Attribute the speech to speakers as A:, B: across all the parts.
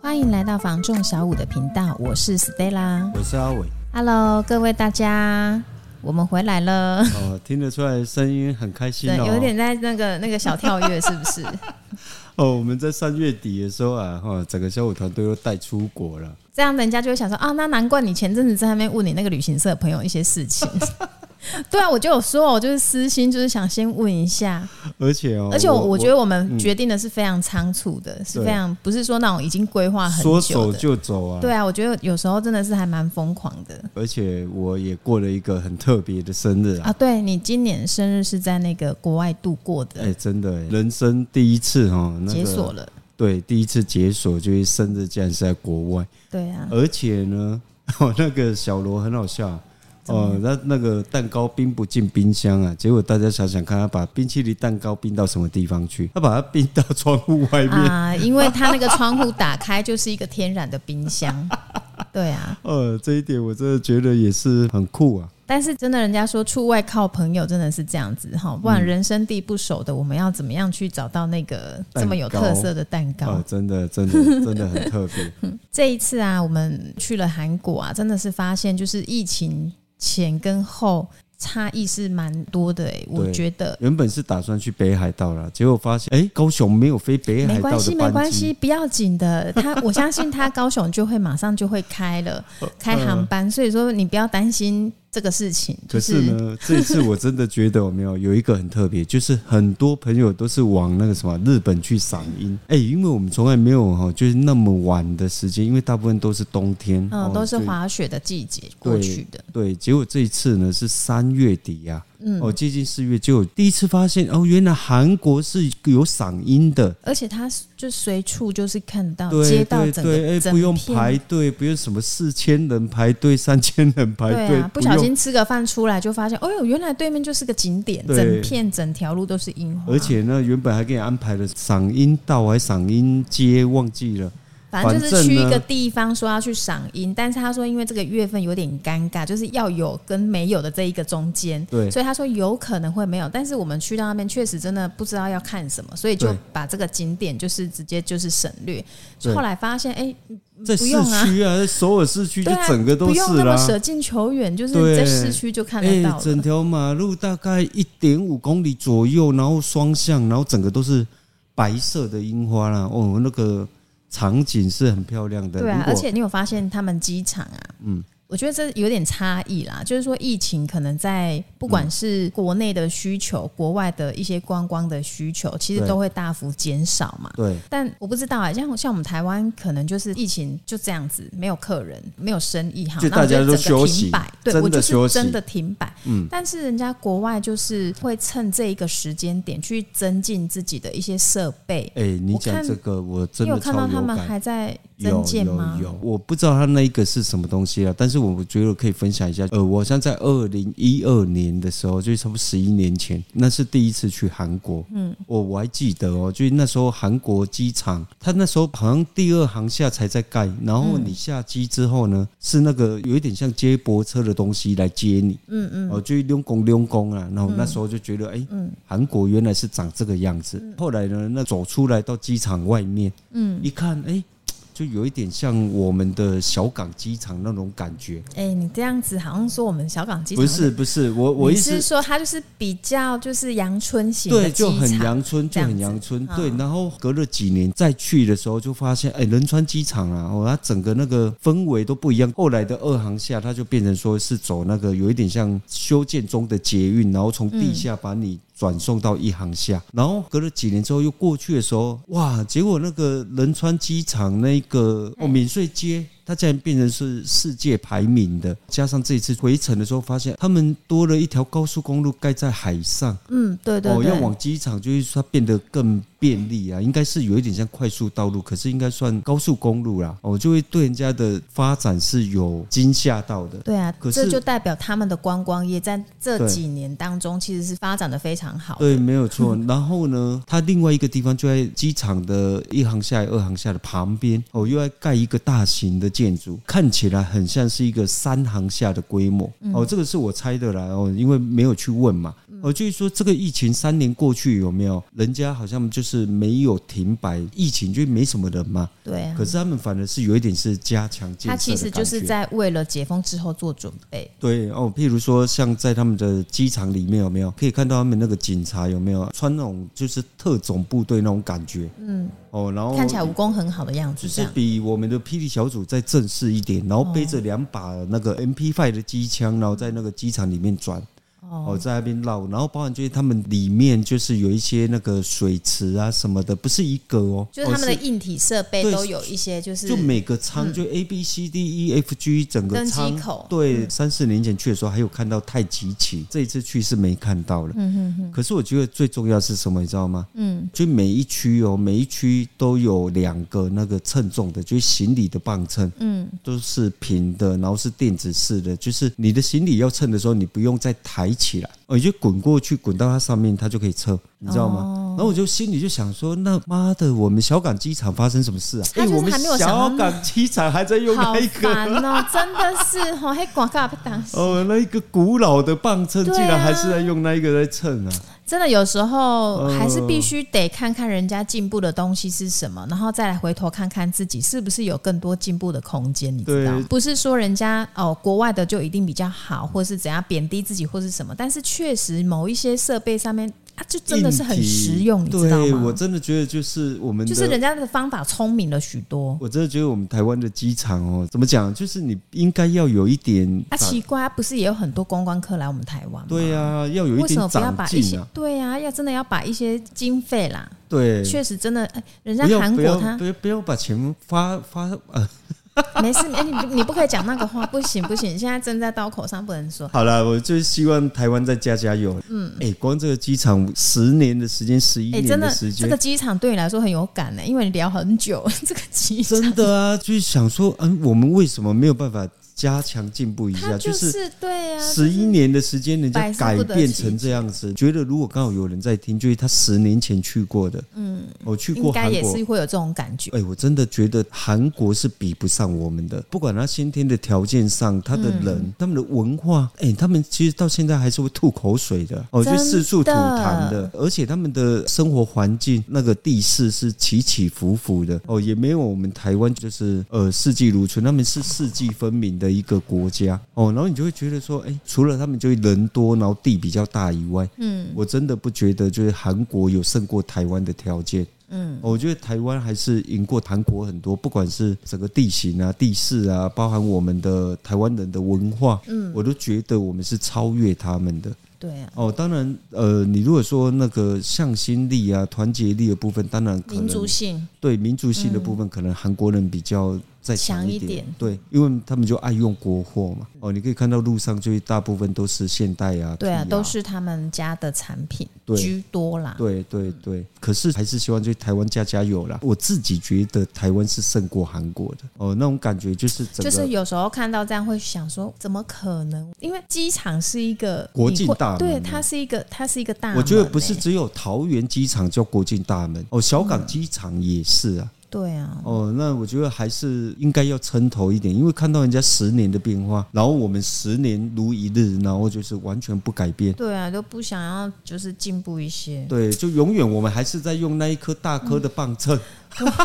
A: 欢迎来到房仲小五的频道，我是 Stella。
B: 我是阿伟。
A: Hello，各位大家，我们回来了。
B: 哦，听得出来声音很开心
A: 对，
B: 哦。
A: 有点在那个那个小跳跃，是不 是？
B: 哦，我们在三月底的时候啊，哈、整个小五团队都带出国了。
A: 这样人家就会想说啊，那难怪你前阵子在那边问你那个旅行社朋友一些事 情。对啊，我就有说，我就是私心，就是想先问一下。
B: 而且哦，
A: 而且我我觉得我们
B: 嗯
A: 决定的是非常仓促的，是
B: 对
A: 非常不是说那种已经规划很
B: 说
A: 久
B: 走
A: 的。
B: 就走啊。
A: 对。啊，我觉得有时候真的是还蛮疯狂的
B: 而且我也过了一个很特别的生日啊。
A: 啊！对你今年生日是在那个国外度过的，
B: 哎、真的、人生第一次哈、那个
A: 解锁了。
B: 对，第一次解锁就是生日竟然是在国外，
A: 对啊，
B: 而且呢， 哦，那个小罗很好笑。哦，那那个蛋糕冰不进冰箱啊，结果大家想想看，他把冰淇淋蛋糕冰到什么地方去？他把它冰到窗户外面，
A: 啊，因为它那个窗户打开就是一个天然的冰 箱，对啊。
B: 呃，这一点我真的觉得也是很酷啊。
A: 但是真的，人家说出外靠朋友，真的是这样子哈，不然人生地不熟的，我们要怎么样去找到那个
B: 糕
A: 这么有特色的蛋糕？
B: 呃，真的，真的，真的很特别。
A: 这一次啊，我们去了韩国啊，真的是发现就是疫情前跟后差异是蛮多的、欸、我
B: 对
A: 觉得。
B: 原本是打算去北海道啦，结果发现，哎、高雄没有飞北海
A: 没关
B: 道的班
A: 系，
B: 机，
A: 没关系，不要紧的。 他，我相信他高雄就会马上就会开了，
B: 呃
A: 开航班，所以说你不要担心这个事情。
B: 可
A: 就是
B: 呢，这一次我真的觉得有没有有一个很特别，就是很多朋友都是往那个什么日本去赏樱。哎、因为我们从来没有哈，就是那么晚的时间，因为大部分都是冬天，
A: 嗯，
B: 哦
A: 都是
B: 所以
A: 滑雪的季节过去的。
B: 对，结果这一次呢是三月底呀、
A: 嗯
B: 哦，接近四月，就第一次发现哦，原来韩国是有赏樱的，
A: 而且它就随处就是看得到，哦街
B: 对
A: 道
B: 对
A: 整
B: 对，
A: 个
B: 哎，
A: 整
B: 不用
A: 片
B: 排队，不用什么四千人排队、三千人排
A: 对
B: 队
A: 啊，，不
B: 不
A: 小
B: 用。
A: 心吃个饭出来就发现，哦呦，原来对面就是个景点，
B: 对
A: 整片整条路都是樱花，
B: 而且呢，原本还给你安排了赏樱道还赏樱街，忘记了。
A: 反正就
B: 反
A: 是
B: 正
A: 去一
B: 呢
A: 个地方说要去赏樱，但是他说因为这个月份有点尴尬，就是要有跟没有的这一个中间，
B: 对
A: 所以他说有可能会没有，但是我们去到那边确实真的不知道要看什么，所以就
B: 对
A: 把这个景点就是直接就是省略，
B: 对
A: 后来发现哎、
B: 在
A: 不
B: 市
A: 用啊
B: 区啊，在首尔市区 就
A: 对啊，
B: 整个都
A: 不用
B: 是
A: 那么
B: 啦。
A: 舍近求远，就是
B: 对
A: 在市区就看得
B: 哎
A: 到了。
B: 整条马路大概一点五公里左右，然后双向，然后整个都是白色的樱花啦。哦，那个场景是很漂亮的。
A: 对啊，
B: 如果
A: 而且你有发现他们机场啊，嗯，我觉得这有点差异啦，就是说疫情可能在不
B: 嗯
A: 管是国内的需求、国外的一些观光的需求，其实
B: 对
A: 都会大幅减少嘛。
B: 对
A: 但我不知道啊、像像我们台湾可能就是疫情就这样子，没有客人，没有生意，好，
B: 就
A: 那我
B: 大家
A: 就
B: 都
A: 整个
B: 休息
A: 停摆，对
B: 真
A: 我
B: 的
A: 就是
B: 休息嗯
A: 真的停摆。但是人家国外就是会趁这一个时间点去增进自己的一些设备。
B: 哎、你
A: 我看
B: 讲这个我真
A: 你有
B: 的
A: 看
B: 超
A: 到他
B: 有
A: 们
B: 感。
A: 还在增
B: 有
A: 建吗？
B: 有有，我不知道他那一个是什么东西啊，但是我觉得可以分享一下。呃，我好像在二零一二年的时候，就是差不多十一年前，那是第一次去韩国。嗯，我我还记得哦，就是那时候韩国机场，它那时候好像第二航厦才在盖，然后
A: 嗯
B: 你下机之后呢，是那个有一点像接驳车的东西来接你。嗯嗯，哦，就是溜公溜公啊，然后那时候就觉得，哎、韩国原来是长这个样子。后来呢，那走出来到机场外面，嗯，一看，哎、就有一点像我们的小港机场那种感觉。
A: 哎、你这样子好像说我们小港机场
B: 不是不是，我我意
A: 你
B: 思
A: 是说它就是比较就是阳春型的
B: 对，
A: 机
B: 就
A: 场，
B: 很阳春，
A: 这
B: 就
A: 样子
B: 很阳春。
A: 嗯
B: 对，然后隔了几年再去的时候，就发现哎，仁川机场啊，哦，它整个那个氛围都不一样。后来的二航下，它就变成说是走那个有一点像修建中的捷运，然后从地
A: 嗯
B: 下把你。转送到一航下，然后隔了几年之后又过去的时候，哇！结果那个仁川机场那个哦
A: 哎
B: 免税街，它竟然变成是世界排名的。加上这一次回程的时候，发现他们多了一条高速公路盖在海上，
A: 嗯，对对
B: 哦，
A: 对，
B: 要往机场，就是说它变得更便利啊，应该是有一点像快速道路，可是应该算高速公路啦。哦，就会对人家的发展是有惊吓到的。
A: 对啊，
B: 可
A: 这
B: 是
A: 就代表他们的观光业在这
B: 对
A: 几年当中其实是发展的非常好。
B: 对，没 有错。然后呢，它另外一个地方就在机场的一航下、二航下的旁边，哦，又要盖一个大型的建筑，看起来很
A: 嗯
B: 像是一个三航下的规模。哦，这个是我猜的啦，哦，因为没有去问嘛。哦，就是说这个疫情三年过去有没有？人家好像就是没有停摆，疫情就没什么人嘛。
A: 对啊
B: 可。是他们反而是有一点是加强建设的
A: 他其实就是
B: 感觉
A: 在为了解封之后做准备，
B: 对哦，譬如说像在他们的机场里面有没有可以看到他们那个警察有没有穿那种就是特种部队那种感觉？嗯，哦，然后
A: 看起来武功很好的样子，
B: 就
A: 这
B: 是哦
A: 样
B: 比我们的霹雳小组再正式一点，然后背
A: 哦
B: 着两把那个 MP5 的机枪，然后在那个机场里面转。哦，在那边绕，然后包含就是他们里面就是有一些那个水池啊什么的，不是一个哦，
A: 就是他们的
B: 哦
A: 硬体设备
B: 对
A: 都有一些，就是嗯
B: 是就每个仓就 A B C D E F G 整个
A: 登机
B: 仓
A: 口嗯
B: 对，三四年前去的时候还有看到太极旗，这一次去是没看到了。嗯可是我觉得最重要是什么，你知道吗？嗯，就每一区哦，每一区都有两个那个称重的，就是行李的磅秤，嗯，都是平的，然后是电子式的，就是你的行李要称的时候，你不用再抬起来，哦，你就滚过去，滚到它上面，它就可以测，你知道吗？
A: 哦
B: 然后我就心里就想说，那妈的，我们小港机场发生什么事啊？
A: 他就是
B: 哎我们
A: 还没有想到
B: 小港机场还在用
A: 好
B: 那一个
A: 烦哦，真的是哈，还广告被打 死。
B: 哦，那一个古老的磅秤，
A: 对啊
B: 竟然还是在用那一个在称啊！
A: 真的有时候
B: 嗯
A: 还是必须得看看人家进步的东西是什么，然后再来回头看看自己是不是有更多进步的空间，你知道
B: 对
A: 吗？不是说人家哦国外的就一定比较好，或是怎样贬低自己或是什么，但是确实某一些设备上面啊，就真的是很
B: 硬体
A: 实用，你知道
B: 对我
A: 吗？
B: 真的觉得就是我们的
A: 就是人家的方法聪明了许多。
B: 我真的觉得我们台湾的机场哦，怎么讲？就是你应该要有一点
A: 啊，
B: 长
A: 奇怪，啊不是也有很多观光客来我们台湾吗？
B: 对啊，要有一
A: 为什
B: 点
A: 么不要
B: 长
A: 把一
B: 进
A: 些
B: 啊，
A: 对呀、要真的要把一些经费啦，
B: 对，
A: 确实真的，哎人家
B: 不要
A: 韩
B: 不
A: 国
B: 要
A: 他
B: 不要不要把钱发发呃，
A: 没事，哎、你你不可以讲那个话，不行不行，现在正在刀口上，不能说。
B: 好了，我就希望台湾再加加油。嗯，哎、光这个机场十年的时间，十一
A: 哎、
B: 年
A: 真
B: 的
A: 的，
B: 时
A: 这
B: 间。
A: 个机场对你来说很有感呢、因为你聊很久这个机场，
B: 真的啊，就是想说，嗯，我们为什么没有办法加强进步一下？
A: 它
B: 啊就
A: 就是是对啊呀、
B: 十一年的时间，人家
A: 百思
B: 改
A: 不得
B: 变
A: 其
B: 成这样子，觉得如果刚好有人在听，就是他十年前去过的，嗯，我去过
A: 应该
B: 韩
A: 也
B: 国
A: 是。会有这种感觉。
B: 哎、我真的觉得韩国是比不上我们的，不管他先天的条件上，他的人、他们的文化，哎、他们其实到现在还是会吐口水的，哦，就
A: 真的
B: 四处吐痰的，而且他们的生活环境那个地势是起起伏伏的，哦，也没有我们台湾就是呃四季如春，他们是四季分明的一个国家，哦，然后你就会觉得说，哎、除了他们就会人多，然后地比较大以外，嗯，我真的不觉得就是韩国有胜过台湾的条件。嗯，我觉得台湾还是赢过韩国很多，不管是整个地形啊、地势啊，包含我们的台湾人的文化，嗯，我都觉得我们是超越他们的。
A: 对啊，
B: 哦，当然，呃，你如果说那个向心力啊、团结力的部分，当然可
A: 民族
B: 能
A: 性
B: 对民族性的部分，可能韩国人比较再强
A: 强
B: 一
A: 一
B: 点
A: 点，
B: 对，因为他们就爱用国货嘛。哦，你可以看到路上就是大部分都是现代啊，
A: 对啊，
B: 皮
A: 都是他们家的产品
B: 对
A: 居多啦。
B: 对对对，可是还是希望就是台湾加加油啦。我自己觉得台湾是胜过韩国的哦，那种感觉就是整
A: 就
B: 个
A: 是有时候看到这样会想说，怎么可能？因为机场是一个
B: 国际
A: 你会
B: 大门
A: 对，
B: 啊
A: 它是一个它是一个大门欸、
B: 我觉得不是只有桃园机场叫国境大门哦，小
A: 嗯
B: 港机场也是啊。
A: 对啊，
B: 哦，那我觉得还是应该要撑头一点，因为看到人家十年的变化，然后我们十年如一日，然后就是完全不改变。
A: 对啊，都不想要就是进步一些，
B: 对，就永远我们还是在用那一颗大颗的棒秤。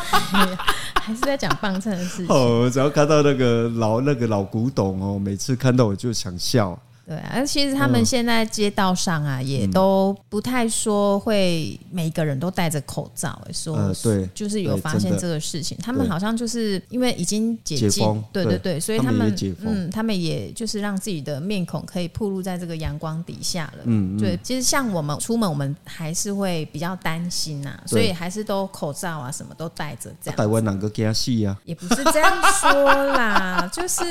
A: 还是在讲棒秤的事情。
B: 哦，只要看到那个老那个老古董哦，每次看到我就想笑。
A: 对啊，而其实他
B: 嗯
A: 们现在街道上啊，也都不太说会每一个人都戴着口罩、欸，说、
B: 呃对
A: 就是有
B: 对
A: 发
B: 真
A: 现
B: 的
A: 这个事情，他们好像就是因为已经解
B: 解
A: 禁
B: 封，
A: 对
B: 对
A: 对，所以
B: 他
A: 他
B: 们也
A: 们
B: 解封
A: 嗯，他们也就是让自己的面孔可以暴露在这个阳光底下了。
B: 嗯，嗯
A: 对，其实像我们出门，我们还是会比较担心呐、所以还是都口罩啊，什么都戴着这
B: 啊
A: 样。
B: 台湾哪个给他戏啊？
A: 也不是这样说啦， 就是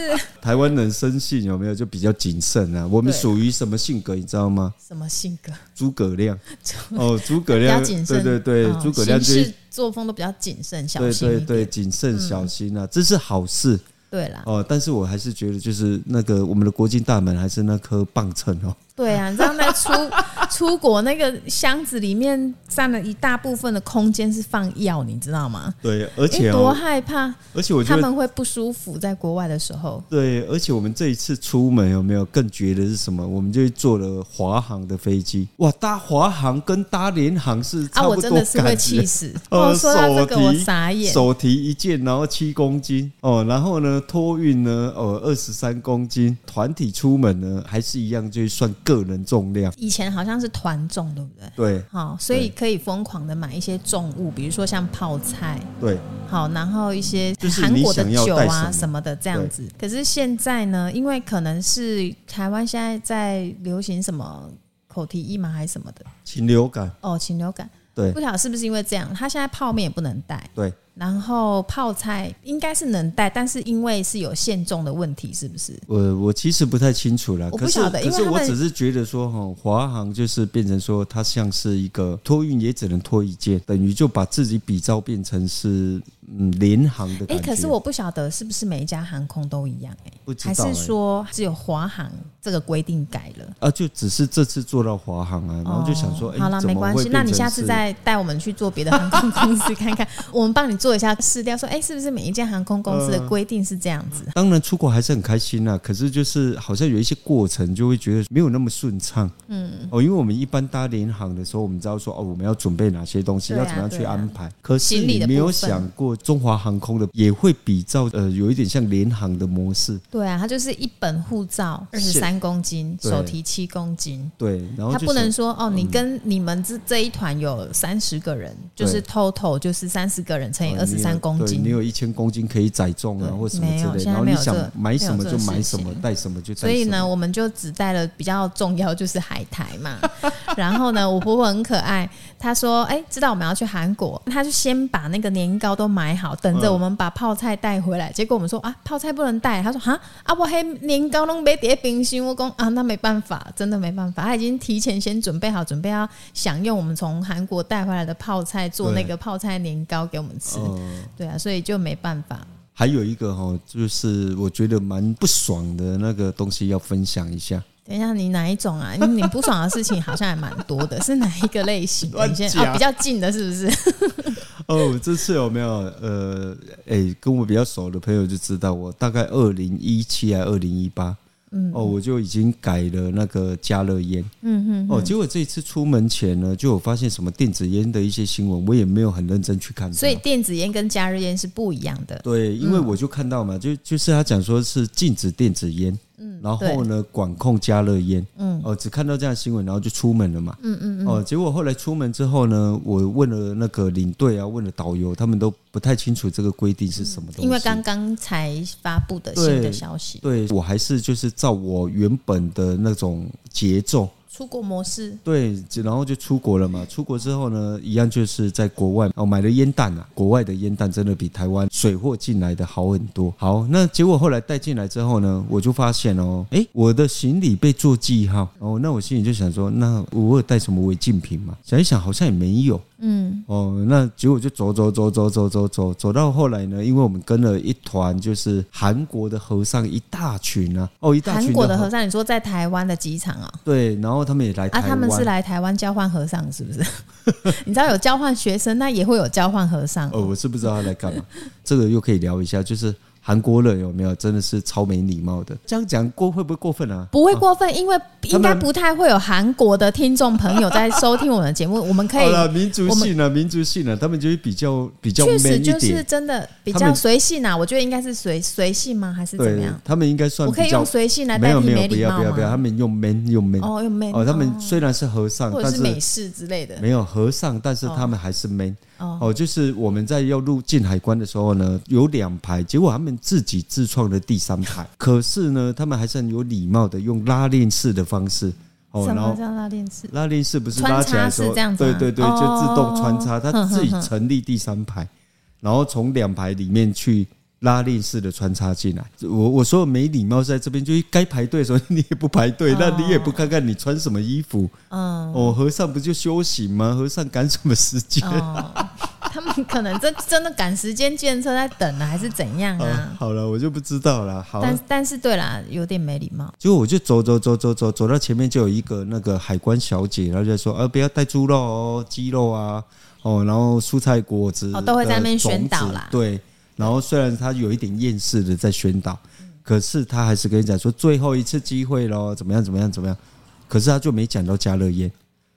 B: 台湾人生性有没有就比较谨慎啊？我们
A: 对啊
B: 属于什么性格，你知道吗？
A: 什么性格
B: 诸葛亮 哦，诸葛
A: 比
B: 亮
A: 较，谨
B: 对
A: 慎，
B: 对对，
A: 嗯
B: 诸葛亮就
A: 行
B: 是
A: 事作风都比较谨慎小
B: 对
A: 心一
B: 对
A: 点，
B: 对，谨慎小心啊，这是好事
A: 对啦，
B: 哦。但是我还是觉得，就是那个我们的国境大门还是那颗棒秤哦。
A: 对啊，你知道在出 出国那个箱子里面占了一大部分的空间是放药，你知道吗？
B: 对，而
A: 你
B: 且、
A: 多
B: 哦，
A: 害怕，
B: 而且我觉
A: 他
B: 得
A: 们会不舒服，在国外的时候。
B: 对，而且我们这一次出门有没有更绝的是什么？我们就坐了华航的飞机，哇，搭华航跟搭联航是差
A: 啊，我
B: 不多
A: 真的是会
B: 感
A: 气
B: 觉。
A: 死！
B: 呃
A: 哦，说到这
B: 手
A: 个我
B: 提
A: 傻眼。
B: 手提一件，然后七公斤哦，然后呢，托运呢，哦，二十三公斤，团体出门呢，还是一样，就是算个人重量。
A: 以前好像是团重，对不对？
B: 对
A: 好，所以
B: 对
A: 可以疯狂的买一些重物，比如说像泡菜，
B: 对，
A: 好，然后一些
B: 就是
A: 韩
B: 你
A: 国的
B: 想要
A: 酒
B: 带什
A: 啊
B: 么
A: 什么的这样
B: 对
A: 子。可是现在呢，因为可能是台湾现在在流行什么口蹄疫嘛，还是什么的
B: 禽流感，
A: 哦，禽流感，
B: 对
A: 不晓得是不是因为这样，他现在泡面也不能带，
B: 对，
A: 然后泡菜应该是能带，但是因为是有限重的问题，是不是？
B: 我我其实不太清楚啦，
A: 我不
B: 可是
A: 晓得因
B: 可
A: 为
B: 是
A: 他
B: 我
A: 们
B: 只是觉得说，哈，华航就是变成说，它像是一个托运也只能托一件，等于就把自己比照变成是嗯联航的
A: 哎、
B: 感觉。
A: 可是我不晓得是不是每一家航空都一样、哎，
B: 不知
A: 还
B: 道、欸，
A: 是说只有华航这个规定改了？
B: 啊，就只是这次做到华航啊，然后就想说，
A: 哦
B: 哎、
A: 好了，
B: 怎
A: 没
B: 么
A: 关
B: 会
A: 系，那你
B: 变成
A: 下次
B: 是
A: 再带我们去做别的航空公司看 看，我们帮你做一下试调，说，哎、是不是每一间航空公
B: 嗯
A: 司的规定是这样子？
B: 当然出国还是很开心啦、啊可是就是好像有一些过程就会觉得没有那么顺畅，嗯，哦，因为我们一般搭联航的时候，我们知道说哦，我们要准备哪些东西，
A: 对啊
B: 要怎么样去
A: 对啊
B: 安排。可是
A: 行李
B: 你
A: 的
B: 没有
A: 部分
B: 想过，中华航空的也会比照呃，有一点像联航的模式，
A: 对啊，它就是一本护照，二十
B: 是
A: 三公斤，
B: 对
A: 手提七公斤。
B: 对，然后
A: 他
B: 就嗯
A: 不能
B: 是
A: 说哦，你跟你们这这一团有三十个人，就
B: 对
A: 是 total 就是三十个人乘以
B: 呃
A: 二十
B: 你
A: 三
B: 有
A: 公
B: 对
A: 斤
B: 你，有一千公斤可以载重啊，
A: 对
B: 或什么
A: 没有
B: 之类，
A: 现在
B: 然后
A: 没
B: 你
A: 有
B: 想
A: 这
B: 买什
A: 没有
B: 么
A: 这
B: 就
A: 个
B: 买
A: 事
B: 什么，
A: 情
B: 带什么就带什
A: 所
B: 么。
A: 以呢，，我们就只带了比较重要，就是海苔嘛。 然后呢，我婆婆很可爱，她说：“哎、知道我们要去韩国，她就先把那个年糕都买好，等着
B: 嗯
A: 我们把泡菜带回来。结果我们说啊，泡菜不能带。她说：哈，啊，我黑年糕弄没叠冰心，我讲啊，那没办法，真的没办法。她已经提前先准备好，准备要享用我们从韩国带回来的泡菜，做那
B: 对
A: 个泡菜年糕给我们吃。
B: 呃
A: 对啊，所以就没办法。
B: 还有一个哈、就是我觉得蛮不爽的那个东西要分享一下。
A: 等一下，你哪一种啊？你不爽的事情好像还蛮多 的，是哪一个类型的？
B: 乱
A: 你先
B: 讲嗯
A: 哦，比较近的，是不是？
B: 哦，这次有没有？呃，哎、跟我比较熟的朋友就知道，我大概二零一七还二零一八，嗯，哦，我就已经改了那个加热烟，嗯嗯，哦，结果这一次出门前呢，就有发现什么电子烟的一些新闻，我也没有很认真去看它，
A: 所以电子烟跟加热烟是不一样的。
B: 对，因为我就看到嘛，就就是他讲说是禁止电子烟，嗯，然后呢管控加热烟，嗯，哦，只看到这样的新闻，然后就出门了嘛，嗯嗯嗯，哦，结果后来出门之后呢，我问了那个领队啊，问了导游，他们都不太清楚这个规定是什么东西，
A: 因为刚刚才发布的新的消息，
B: 对我还是就是照我原本的那种节奏，
A: 出国模式
B: 对，然后就出国了嘛。出国之后呢，一样就是在国外哦买了烟弹啊，国外的烟弹真的比台湾水货进来的好很多。好，那结果后来带进来之后呢，我就发现哦，诶，我的行李被做记号哦，那我心里就想说，那我有带什么违禁品嘛？想一想好像也没有，嗯，哦，那结果就走走走走走走走走到后来呢，因为我们跟了一团就是韩国的和尚一大群啊，哦，一大
A: 韩
B: 群
A: 国的和
B: 和
A: 尚，你说在台湾的机场哦，
B: 对，然后他们也来台
A: 啊，
B: 湾，
A: 他们是来台湾交换和尚，是不是？ 你知道有交换学生，那也会有交换和尚
B: 哦，我是不知道他来干嘛。这个又可以聊一下，就是韩国人有没有真的是超没礼貌的？这样讲过会不会过分啊？
A: 不会过分，因为应该
B: 他们
A: 不太会有韩国的听众朋友在收听我们的节目，我们可
B: 好
A: 以
B: 了，民族
A: 我们
B: 性啊，民族性啊，他们就会比较比较
A: 确实
B: man 一
A: 就是
B: 点。
A: 真的比
B: 他
A: 较
B: 们
A: 随性啊，我觉得应该是随随性吗？还是怎么
B: 对
A: 样？
B: 他们应该算
A: 我可以
B: 比较
A: 用随性来
B: 没
A: 代
B: 有
A: 替
B: 没有不
A: 礼
B: 要
A: 貌
B: 不要不要，他
A: 吗？
B: 们用 man 用 man
A: 哦，用 man
B: 哦，他们虽然是和尚，
A: 或者
B: 但
A: 是美式之类的
B: 没有和尚，但是
A: 哦
B: 他们还是 man。
A: 哦，
B: 哦，就是我们在要入境海关的时候呢，有两排，结果他们自己自创的第三排，可是呢，他们还是很有礼貌的，用拉链式的方式。哦，
A: 什
B: 然
A: 么
B: 后
A: 叫拉链式？
B: 拉链式不是拉起来的
A: 穿插
B: 时候，
A: 式这样子啊哦吗
B: 对对对，就自动穿插，
A: 哦
B: 它自己成立第三排，然后从两排里面去拉链式的穿插进来。我我说没礼貌是在这边，就是该排队的时候你也不排队，那你也不看看你穿什么衣服。
A: 哦嗯，
B: 哦，和尚不就修行吗？和尚赶什么时间？
A: 哦， 他们可能真真的赶时间建车在等啊，还是怎样
B: 啊
A: 啊？
B: 好了，我就不知道了。哦好，
A: 但但是对啦，有点没礼貌。
B: 结果我就走走走走走走到前面就有一个那个海关小姐，然后就说：“呃，不要带猪肉哦，鸡肉啊，哦，然后蔬菜果子
A: 哦都会在那边
B: 的种
A: 宣导
B: 子
A: 啦
B: 对，然后虽然她有一点厌世的在宣导，可是她还是跟你讲说最后一次机会咯，怎么样怎么样怎么样。可是她就没讲到加热烟。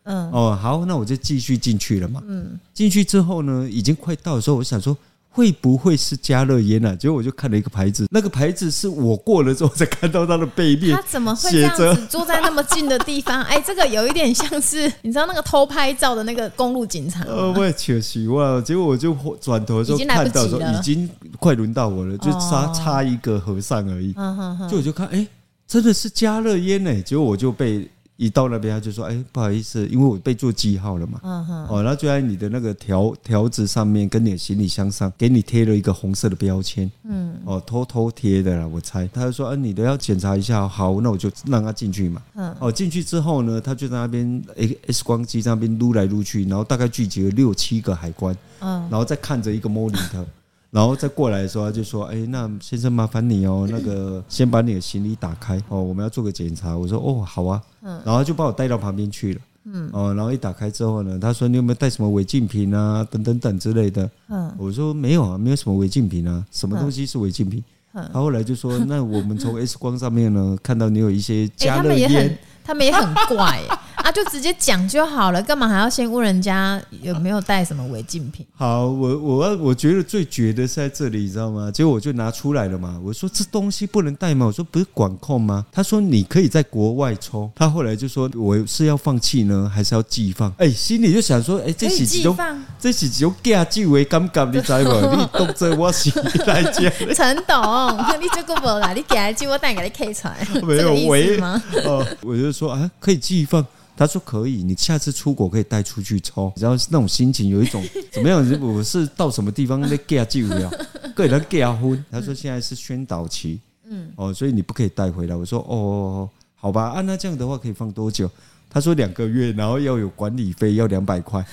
A: 嗯，
B: 哦，好，那我就继续进去了嘛。嗯，进去之后呢，已经快到的时候，我想说会不会是加热烟啊？结果我就看了一个牌子，那个牌子是我过了之后才看到它的背面
A: 他，怎么会这
B: 写
A: 样
B: 着
A: 子坐在那么近的地方？哎，这个有一点像是你知道那个偷拍照的那个公路警察吗，
B: 呃，我也确实哇，结果我就转头的时候
A: 已经来
B: 看
A: 不及
B: 到的时候，
A: 了
B: 已经快轮到我了，就差、
A: 哦
B: 差一个和尚而已。
A: 嗯哼
B: 就
A: 哼，
B: 我就看，哎、真的是加热烟呢。结果我就被一到那边，他就说，哎、不好意思，因为我被做记号了嘛。
A: 嗯哼，
B: 哦，然后就在你的那个条条子上面，跟你的行李箱上，给你贴了一个红色的标签，嗯，哦，偷偷贴的啦，我猜。他就说，啊，你的要检查一下哦，好，那我就让他进去嘛，嗯，哦，进去之后呢，他就在那边 X X 光机在那边撸来撸去，然后大概聚集了六七个海关，
A: 嗯，
B: 然后再看着一个 monitor。然 后再过来的时候，他就说：“哎、那先生麻烦你哦，那个先把你的行李打开哦，我们要做个检查。”我说：“哦，好啊。”
A: 嗯
B: 然后他就把我带到旁边去了。嗯，哦，然后一打开之后呢，他说：“你有没有带什么违禁品啊？等等等之类的。”
A: 嗯，
B: 我说：“没有啊，没有什么违禁品啊，什么东西是违禁品？”
A: 嗯
B: 他后来就说：“那我们从 X 光上面呢，看到你有一些
A: 哎、
B: 加
A: 他
B: 热
A: 们也
B: 烟
A: 很，他们也很怪、哎啊，就直接讲就好了，干嘛还要先问人家有没有带什么违禁品？
B: 好，我我要我觉得最绝的是在这里，你知道吗？结果我就拿出来了嘛，我说这东西不能带吗？我说不是管控吗？他说你可以在国外抽。他后来就说我是要放弃呢，还是要寄放？哎、心里就想说，哎、这
A: 可以
B: 几
A: 寄
B: 集都
A: 放
B: 这几集都假寄为尴尬，你知道吗？你动这我心来讲。
A: 陈董，你这个不啦，你给他寄，我带给你 K 出来，
B: 没
A: 这
B: 有
A: 个意
B: 喂
A: 思吗？
B: 哦， 我就说啊，可以寄放。他说可以，你下次出国可以带出去抽，然后那种心情有一种怎么样？我是到什么地方在 get 寄不了，个人 get 婚。他说现在是宣导期，嗯，哦，所以你不可以带回来。我说哦，好吧，啊，那这样的话可以放多久？他说两个月，然后要有管理费，要两百块。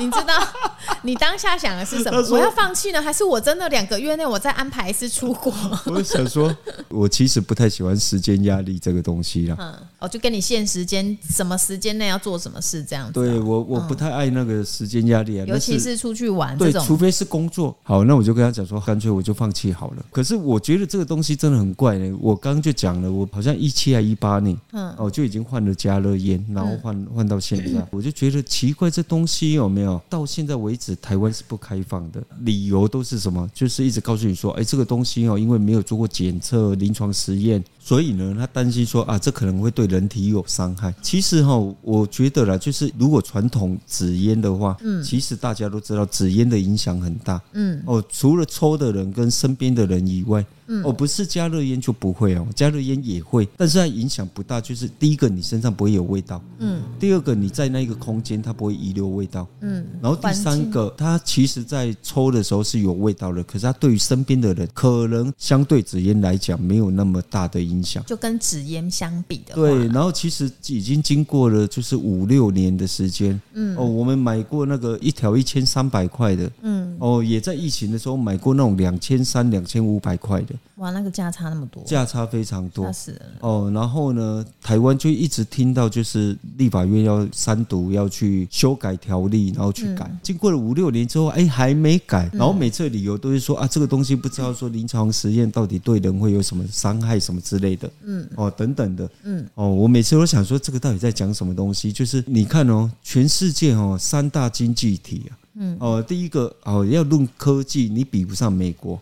A: 你知道你当下想的是什么
B: 他？说
A: 我要放弃呢，还是我真的两个月内我再安排一次出国？
B: 我就想说，我其实不太喜欢时间压力这个东西 啦。
A: 嗯，我就跟你限时间，什么时间内要做什么事这样子啊、
B: 对我，我不太爱那个时间压力啊，
A: 尤
B: 那
A: 其是出去玩这
B: 对，
A: 种
B: 除非是工作。好，那我就跟他讲说，干脆我就放弃好了。可是我觉得这个东西真的很怪呢、我刚刚就讲了，我好像一七还一八年，嗯，哦，就已经换了加热烟，然后
A: 嗯
B: 换换到现在，我就觉得奇怪，这东西有没有到现在为止台湾是不开放的？理由都是什么？就是一直告诉你说，哎、这个东西哦，因为没有做过检测、临床实验，所以呢，他担心说啊，这可能会对人体有伤害。其实哈、我觉得啦，就是如果传统纸烟的话，嗯，其实大家都知道纸烟的影响很大，嗯，哦，除了抽的人跟身边的人以外，嗯，哦，不是加热烟就不会哦，加热烟也会，但是它影响不大，就是第一个你身上不会有味道，嗯，第二个你在那一个空间它不会遗留味道，嗯，然后第三个它其实在抽的时候是有味道的，可是它对于身边的人可能相对纸烟来讲没有那么大的影响。
A: 就跟纸烟相比的话，
B: 对，然后其实已经经过了就是五六年的时间，嗯，哦，我们买过那个一条一千三百块的，嗯，哦，也在疫情的时候买过那种两千三、两千五百块的，
A: 哇，那个价差那么多，
B: 价差非常多
A: 吓。死人了。
B: 哦，然后呢，台湾就一直听到就是立法院要三读，要去修改条例，然后去改。经过了五六年之后，哎，还没改，然后每次的理由都是说啊，这个东西不知道说临床实验到底对人会有什么伤害什么之类的，嗯，哦，等等的，嗯，哦，我每次都想说这个到底在讲什么东西？就是你看哦，全世界哦三大经济体啊。嗯，哦，第一个哦，要论科技，你比不上美国。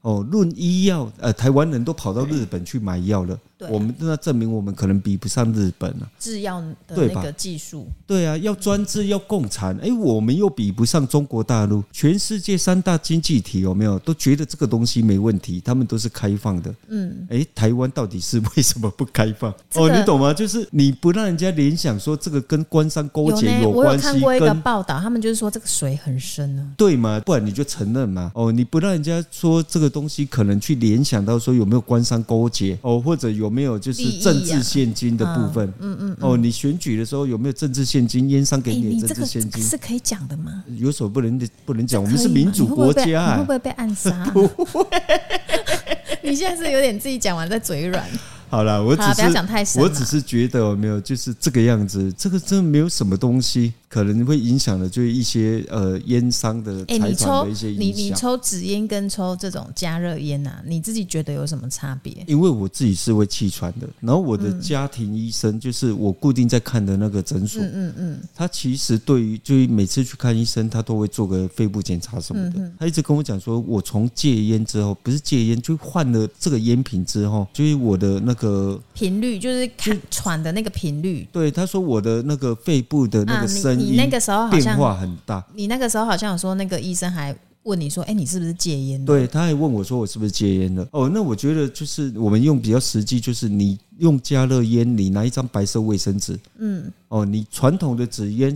B: 哦，论医药，呃，台湾人都跑到日本去买药了，
A: 对啊
B: 我们那证明我们可能比不上日本啊。
A: 制药的
B: 对
A: 那
B: 吧
A: 个技术，
B: 对啊，要专制，要共产，哎、我们又比不上中国大陆。全世界三大经济体有没有都觉得这个东西没问题？他们都是开放的。嗯，哎、台湾到底是为什么不开放？
A: 这个
B: 哦，你懂吗？就是你不让人家联想说这个跟官商勾结
A: 呢，我有
B: 关系，
A: 看过一个
B: 跟
A: 报道，他们就是说这个水很深啊，
B: 对嘛，不然你就承认嘛。哦，你不让人家说这个东西可能去联想到说有没有官商勾结哦，或者有没有就
A: 利
B: 是
A: 益啊
B: 政治现金的部分，嗯嗯，哦，你选举的时候有没有政治现金，烟商
A: 哎、
B: 给你
A: 你
B: 的
A: 这
B: 政
A: 个
B: 治现
A: 这个
B: 金，
A: 是可以讲的吗？
B: 有所不能不能讲，我们
A: 可
B: 是
A: 以
B: 民
A: 吗
B: 主
A: 你会不
B: 国
A: 会被
B: 家、
A: 你会
B: 哎
A: 不会被暗 杀？不会， 你现在是有点自己讲完在嘴 软。
B: 好了，我只
A: 好啦不要
B: 是
A: 讲太深啊
B: 我
A: 啦
B: 只是觉得有没有就是这个样子，这个真的没有什么东西可能会影响的，就是一些呃烟商的
A: 哎、
B: 财
A: 你
B: 团
A: 抽
B: 的一些
A: 你
B: 影
A: 你
B: 响。
A: 抽纸烟跟抽这种加热烟呐、啊，你自己觉得有什么差别？
B: 因为我自己是会气喘的，然后我
A: 嗯
B: 的家庭医生就是我固定在看的那个诊所，
A: 嗯嗯
B: 他其实对于就是每次去看医生，他都会做个肺部检查什么
A: 嗯
B: 的。他一直跟我讲说，我从戒烟之后，不是戒烟，就换了这个烟品之后，就是我的那个
A: 频率就是看喘的那个频率
B: 对他说我的那个肺部的那
A: 啊，
B: 个
A: 你
B: 声
A: 你
B: 音
A: 那个时候好
B: 变
A: 像
B: 化很大。
A: 你那个时候好像有说那个医生还问你说，哎、你是不是戒烟？，
B: 对，他还问我说我是不是戒烟了？哦，那我觉得就是我们用比较实际，就是你用加热烟，你拿一张白色卫生纸，嗯，哦，你传统的纸烟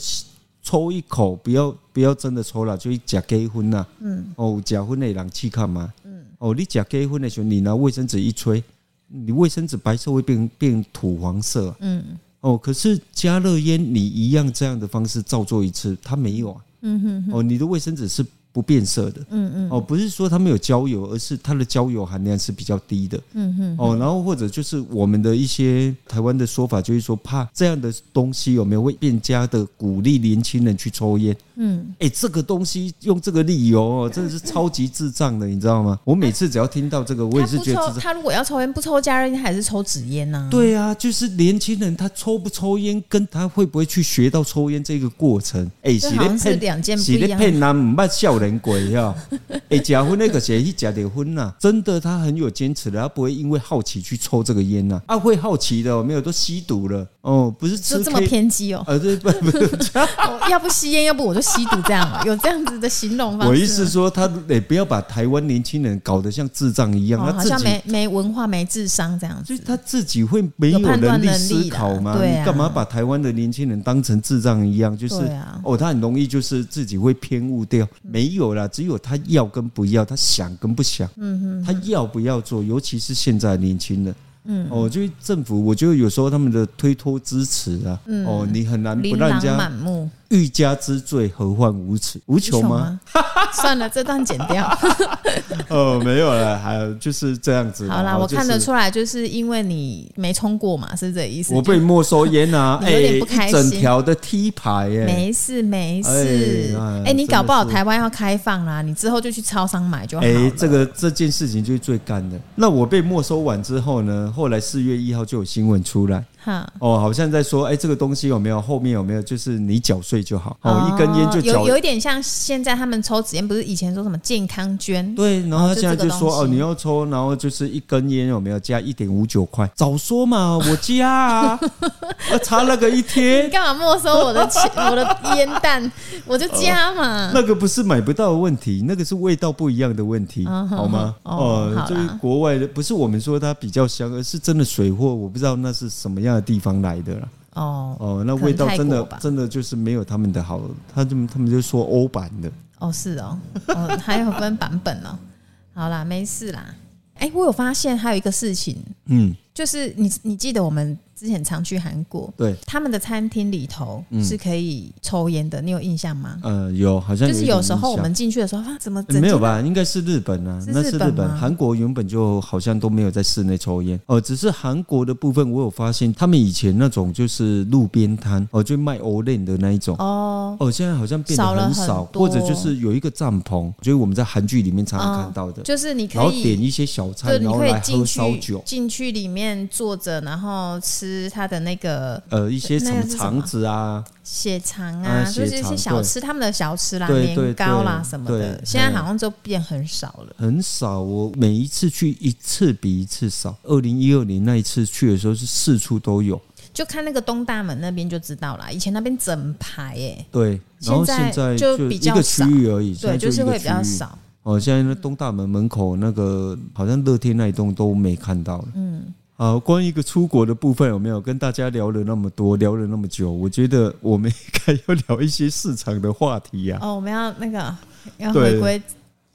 B: 抽一口，不要不要真的抽了，就是假结婚呐，嗯，哦，假婚的人气看嘛，嗯，哦，你假结婚的时候，你拿卫生纸一吹，你卫生纸白色会变变土黄色、嗯，哦，可是加热烟你一样这样的方式照做一次，它没有啊，嗯哼哦，你的卫生纸是不变色的，嗯嗯，哦，不是说它没有焦油，而是它的焦油含量是比较低的，嗯哼，哦，然后或者就是我们的一些台湾的说法，就是说怕这样的东西有没有会变加的鼓励年轻人去抽烟，嗯，哎、这个东西用这个理由哦，真的是超级智障的，你知道吗？我每次只要听到这个，我也
A: 他
B: 是
A: 不
B: 觉得智
A: 抽，
B: 障。
A: 他如果要抽烟，不抽加热烟还是抽纸烟呐、啊？
B: 对啊，就是年轻人他抽不抽烟，跟他会不会去学到抽烟这个过程， 哎、
A: 这
B: 是
A: 好像
B: 咧
A: 是
B: 骗
A: 两件不
B: 是
A: 一
B: 咧
A: 样的
B: 骗人，唔捌少年鬼呀！ 哎，假婚那个谁去假结婚呐、真的，他很有坚持的，他不会因为好奇去抽这个烟呐、啊。会好奇的、哦，没有都吸毒了哦，不是吃
A: 就这么
B: K-
A: 偏激 哦、
B: 呃，对不不，
A: 我要不吸烟，要不我就吸毒，这样哦有这样子的形容方式吗。
B: 我意思是说，他也不要把台湾年轻人搞得像智障一样，
A: 哦，
B: 他
A: 好
B: 自
A: 像
B: 己
A: 没没文化、没智商这样
B: 所以
A: 子。
B: 他自己会没
A: 有判断
B: 能力
A: 能力
B: 思
A: 啦
B: 考吗？
A: 对啊
B: 你干嘛把台湾的年轻人当成智障一样？就是、
A: 对啊嗯
B: 哦，他很容易就是自己会偏误掉。没有啦，只有他要跟不要，他想跟不想，嗯哼他要不要做，尤其是现在的年轻人。嗯，哦，就是政府，我觉得有时候他们的推脱支持啊，哦，你很难不
A: 嗯琳
B: 让人
A: 琅
B: 家
A: 满目，
B: 欲加之罪，何患无辞？无求吗？
A: 无穷吗？ 算了，这段剪掉。
B: 哦，没有了，还有就是这样子啦。
A: 好啦，
B: 哦
A: 我
B: 就是
A: 看得出来，就是因为你没冲过嘛，是这个意思。
B: 我被没收烟啊，
A: 你
B: 哎、
A: 有点
B: 一
A: 不开心
B: 整条的 T 牌哎耶、
A: 没事没事
B: 哎哎，
A: 哎，你
B: 真的
A: 搞不好
B: 是
A: 台湾要开放啦，你之后就去超商买就好
B: 哎、
A: 了。
B: 这个这件事情就是最干的。那我被没收完之后呢？后来四月一号就有新闻出来，
A: 哈，
B: 哦，好像在说，哎、这个东西有没有后面有没有？就是你缴税就好，哦，一根烟就缴
A: 有有一点像现在他们抽纸烟，不是以前说什么健康捐？
B: 对，然后他现在就说
A: 哦就这个东
B: 哦，
A: 西
B: 你要抽，然后就是一根烟有没有加一点五九块？早说嘛，我 加啊，我查了个一
A: 你
B: 天，
A: 干嘛没收我的钱？我的烟弹，我就加嘛。
B: 那个不是买不到的问题，那个是味道不一样的问题，
A: 嗯
B: 好吗？
A: 哦
B: 哦、
A: 好啦
B: 就是国外的，不是我们说它比较香，而是真的水货，我不知道那是什么样的地方来的啦。
A: 哦
B: 哦、那味道真
A: 可能泰国
B: 的
A: 吧
B: 真的就是没有他们的好，他们他们就说欧版的。
A: 哦，是哦，哦，还有分版本哦。好啦，没事啦。哎、我有发现还有一个事情，
B: 嗯，
A: 就是你你记得我们之前常去韩国，
B: 对，嗯
A: 他们的餐厅里头是可以抽烟的，你有印象吗？
B: 呃，有好像
A: 就是有
B: 一点
A: 时候
B: 印
A: 我
B: 象
A: 们进去的时候，啊，怎么
B: 呃
A: 整
B: 没有
A: 间
B: 吧？应该是日本啊，
A: 是
B: 那
A: 日
B: 是
A: 本
B: 日本。
A: 吗
B: 韩国原本就好像都没有在室内抽烟哦、只是韩国的部分，我有发现他们以前那种就是路边摊哦，就卖 o l e n 的那一种
A: 哦？
B: 哦，现在好像变得
A: 少
B: 很
A: 了
B: 少，
A: 很多
B: 或者就是有一个帐篷，就是我们在韩剧里面常常看到的，
A: 哦就是你
B: 然
A: 可
B: 后点
A: 以，
B: 一些小
A: 就
B: 菜，
A: 是
B: 然
A: 你
B: 后
A: 可以
B: 来
A: 进
B: 喝烧
A: 去
B: 酒，
A: 进去里面坐着，然后吃它的那个
B: 呃，一些什
A: 那
B: 么
A: 个是什
B: 肠
A: 么
B: 子啊，
A: 血肠
B: 啊
A: 啊，就是
B: 血
A: 一
B: 肠
A: 些小吃，他们的小吃啦、
B: 对对
A: 年糕啦
B: 对
A: 什么的
B: 对，
A: 现在好像就变很少了。
B: 很少。我每一次去一次比一次少。二零一二年那一次去的时候是四处都有，
A: 就看那个东大门那边就知道啦，以前那边整排哎、
B: 对。然后
A: 现在
B: 现在
A: 就
B: 就
A: 比
B: 一
A: 较
B: 个区域而已，现在
A: 对，就是
B: 一个
A: 会比较
B: 区域
A: 少。
B: 哦，现在那东大门门口那个好像乐天那一栋都没看到了。嗯，好，关于一个出国的部分，有没有跟大家聊了那么多，聊了那么久？我觉得我
A: 哦
B: 们应该要聊一些市场的话题呀、
A: 哦，我们要那个要
B: 对
A: 回归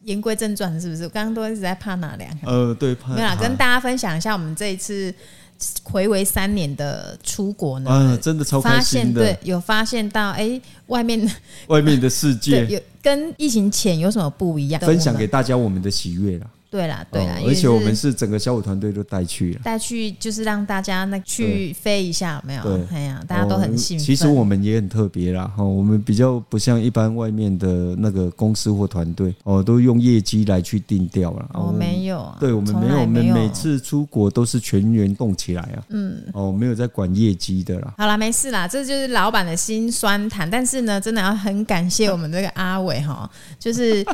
A: 言归正传，是不是？我刚刚都一直在怕哪两个？
B: 呃，对，怕
A: 没有啦，
B: 怕
A: 跟大家分享一下我们这一次回违三年的出国呢，
B: 啊，真的超开
A: 发现
B: 心
A: 对
B: 的，
A: 有发现到哎、外面
B: 外面的世
A: 对
B: 界，
A: 有跟疫情前有什么不一样？
B: 分享
A: 我
B: 给
A: 们
B: 大家我们的喜悦啦。
A: 对啦对啦，
B: 哦
A: 因为
B: 而且我们
A: 是
B: 是整个小舞团队都带去了。
A: 带去就是让大家那去飞一下，有没有
B: 对？
A: 哎呀，大家都很兴奋。
B: 哦其实我们也很特别啦，哈、我们比较不像一般外面的那个公司或团队哦，都用业绩来去定调啦。哦
A: 我、没有啊，
B: 对我们
A: 从
B: 没有，
A: 来
B: 我
A: 没
B: 们每次出国都是全员动起来啊。嗯，哦，没有在管业绩的啦。
A: 好啦，没事啦，这就是老板的心酸谈。但是呢，真的要很感谢我们这个阿伟哈， 就是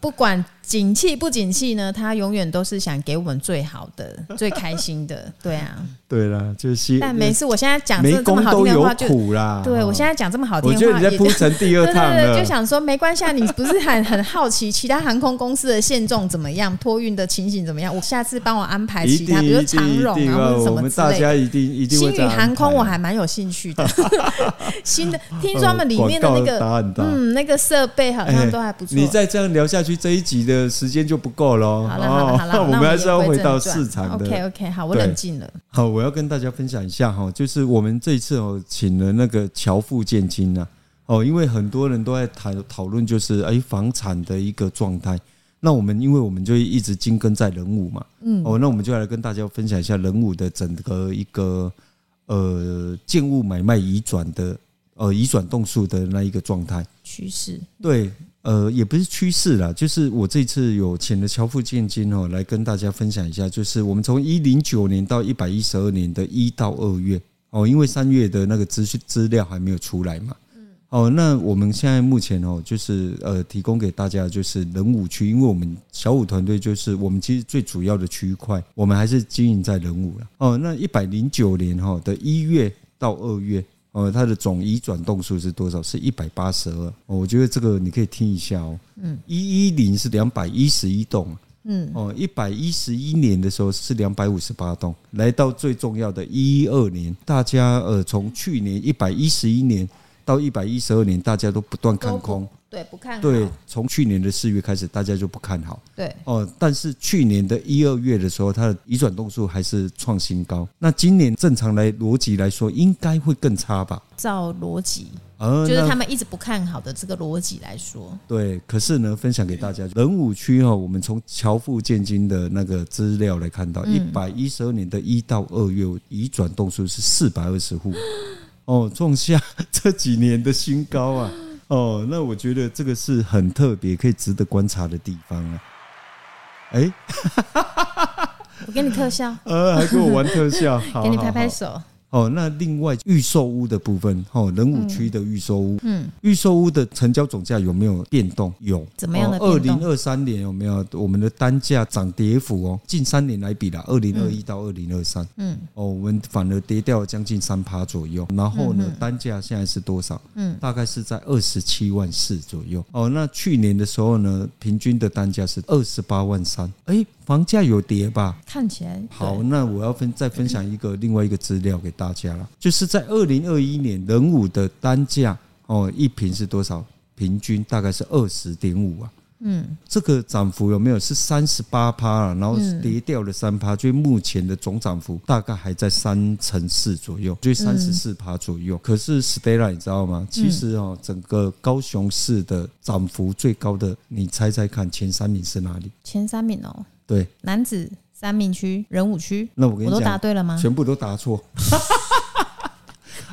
A: 不管景气不景气呢，他永远都是想给我们最好的、最开心的。对 啊，
B: 对啦，就是
A: 但没事，我现在讲
B: 没
A: 这这么
B: 功
A: 好
B: 都
A: 听的
B: 有
A: 话就，
B: 苦啦。
A: 对
B: 哦
A: 我现在讲这么好听
B: 我觉
A: 的
B: 得
A: 话，
B: 你在
A: 也就
B: 铺陈第
A: 对
B: 二
A: 对
B: 趟
A: 对，就
B: 了。
A: 想说没关系啊，你不是很很好奇其他航空公司的现状怎么样，托运的情形怎么样？我下次帮我安排
B: 一
A: 其他，
B: 定
A: 比如说
B: 一
A: 长
B: 定一
A: 荣
B: 定哦
A: 啊，或者什
B: 我
A: 么
B: 们
A: 之
B: 大
A: 类的。
B: 家一定一定
A: 新
B: 会
A: 宇
B: 这样
A: 航空
B: 安排
A: 我
B: 啊
A: 还蛮有兴趣 的，新的听说他们里面的那
B: 呃广告
A: 个
B: 答案大
A: 嗯那个设备好像都还不错。
B: 哎你再这样聊下去，这一集的时间就不够了哦。
A: 好了好了 好了，
B: 我
A: 那
B: 们还是要
A: 言归
B: 回到
A: 正
B: 市
A: 传
B: 场的。
A: OK OK，好，我
B: 对
A: 冷静了。
B: 好，我要跟大家分享一下哈，就是我们这一次哦，请了那个乔富建金啊，哦，因为很多人都在谈讨论，就是哎房产的一个状态。那我们因为我们就一直精耕在人武嘛，嗯，哦，那我们就来跟大家分享一下人武的整个一个呃建物买卖移转的呃移转动数的那一个状态。
A: 趋势
B: 对，呃，也不是趋势啦，就是我这次有请了乔富建金哦，来跟大家分享一下，就是我们从一零九年到一百一十二年的一到二月哦，因为三月的那个资讯资料还没有出来嘛。哦，那我们现在目前哦，就是呃，提供给大家就是人武区，因为我们小武团队就是我们其实最主要的区块，我们还是经营在人武了。哦，那一百零九年哈、的一月到二月，哦，它的总移转动数是多少？是一百八十二。哦，我觉得这个你可以听一下哦。嗯，一一零是两百一十一栋。嗯，哦，一百一十一年的时候是两百五十八栋，来到最重要的一二年，大家呃从去年一百一十一年到一百一十二年，大家都不断看空。
A: 对不看好
B: 对，从去年的四月开始，大家就不看好。
A: 对
B: 哦，但是去年的一二月的时候，它的移转动数还是创新高。那今年正常来逻辑来说，应该会更差吧？
A: 照逻辑，
B: 呃，
A: 就是
B: 那
A: 他们一直不看好的这个逻辑来说，
B: 对，可是呢，分享给大家，人武区哦，我们从侨富建金的那个资料来看
A: 嗯
B: 到，一百一十二年的一到二月移转动数是四百二十户，哦，创下这几年的新高啊！哦，那我觉得这个是很特别，可以值得观察的地方啊。哎、
A: 我给你特效，
B: 呃，还给我玩特效，好
A: 给你拍
B: 好
A: 拍
B: 好
A: 手，
B: 哦，那另外预售屋的部分，哦，仁武区的预售屋，嗯，预售屋的成交总价有没有变动？有，哦
A: 怎么样的
B: 二
A: 变
B: 零
A: 动
B: 二三年有没有我们的单价涨跌幅哦？近三年来比啦，二零二一到二零二三，
A: 嗯，
B: 哦，我们反而跌掉了将近三趴左右。然后呢，单价现在是多少？
A: 嗯，
B: 大概是在二十七万四左右。哦，那去年的时候呢，平均的单价是二十八万三，哎，房价有跌吧？
A: 看起来
B: 好，
A: 对
B: 那我要分再分享一个另外一个资料给大家了，就是在二零二一年人武的单价哦，一瓶是多少？平均大概是二十点五啊。嗯，这个涨幅有没有是三十八趴
A: 嗯
B: 啊？然后跌掉了三趴，所以目前的总涨幅大概还在三成四左右，就三十四趴左
A: 嗯
B: 右。可是 Stella 你知道吗？其实哦，整个高雄市的涨幅最高的，你猜猜看前三名是哪里？
A: 前三名哦，
B: 对，
A: 男子三名区、人武区，
B: 那我
A: 我
B: 跟你
A: 都
B: 讲，
A: 答对了吗？
B: 全部都答错。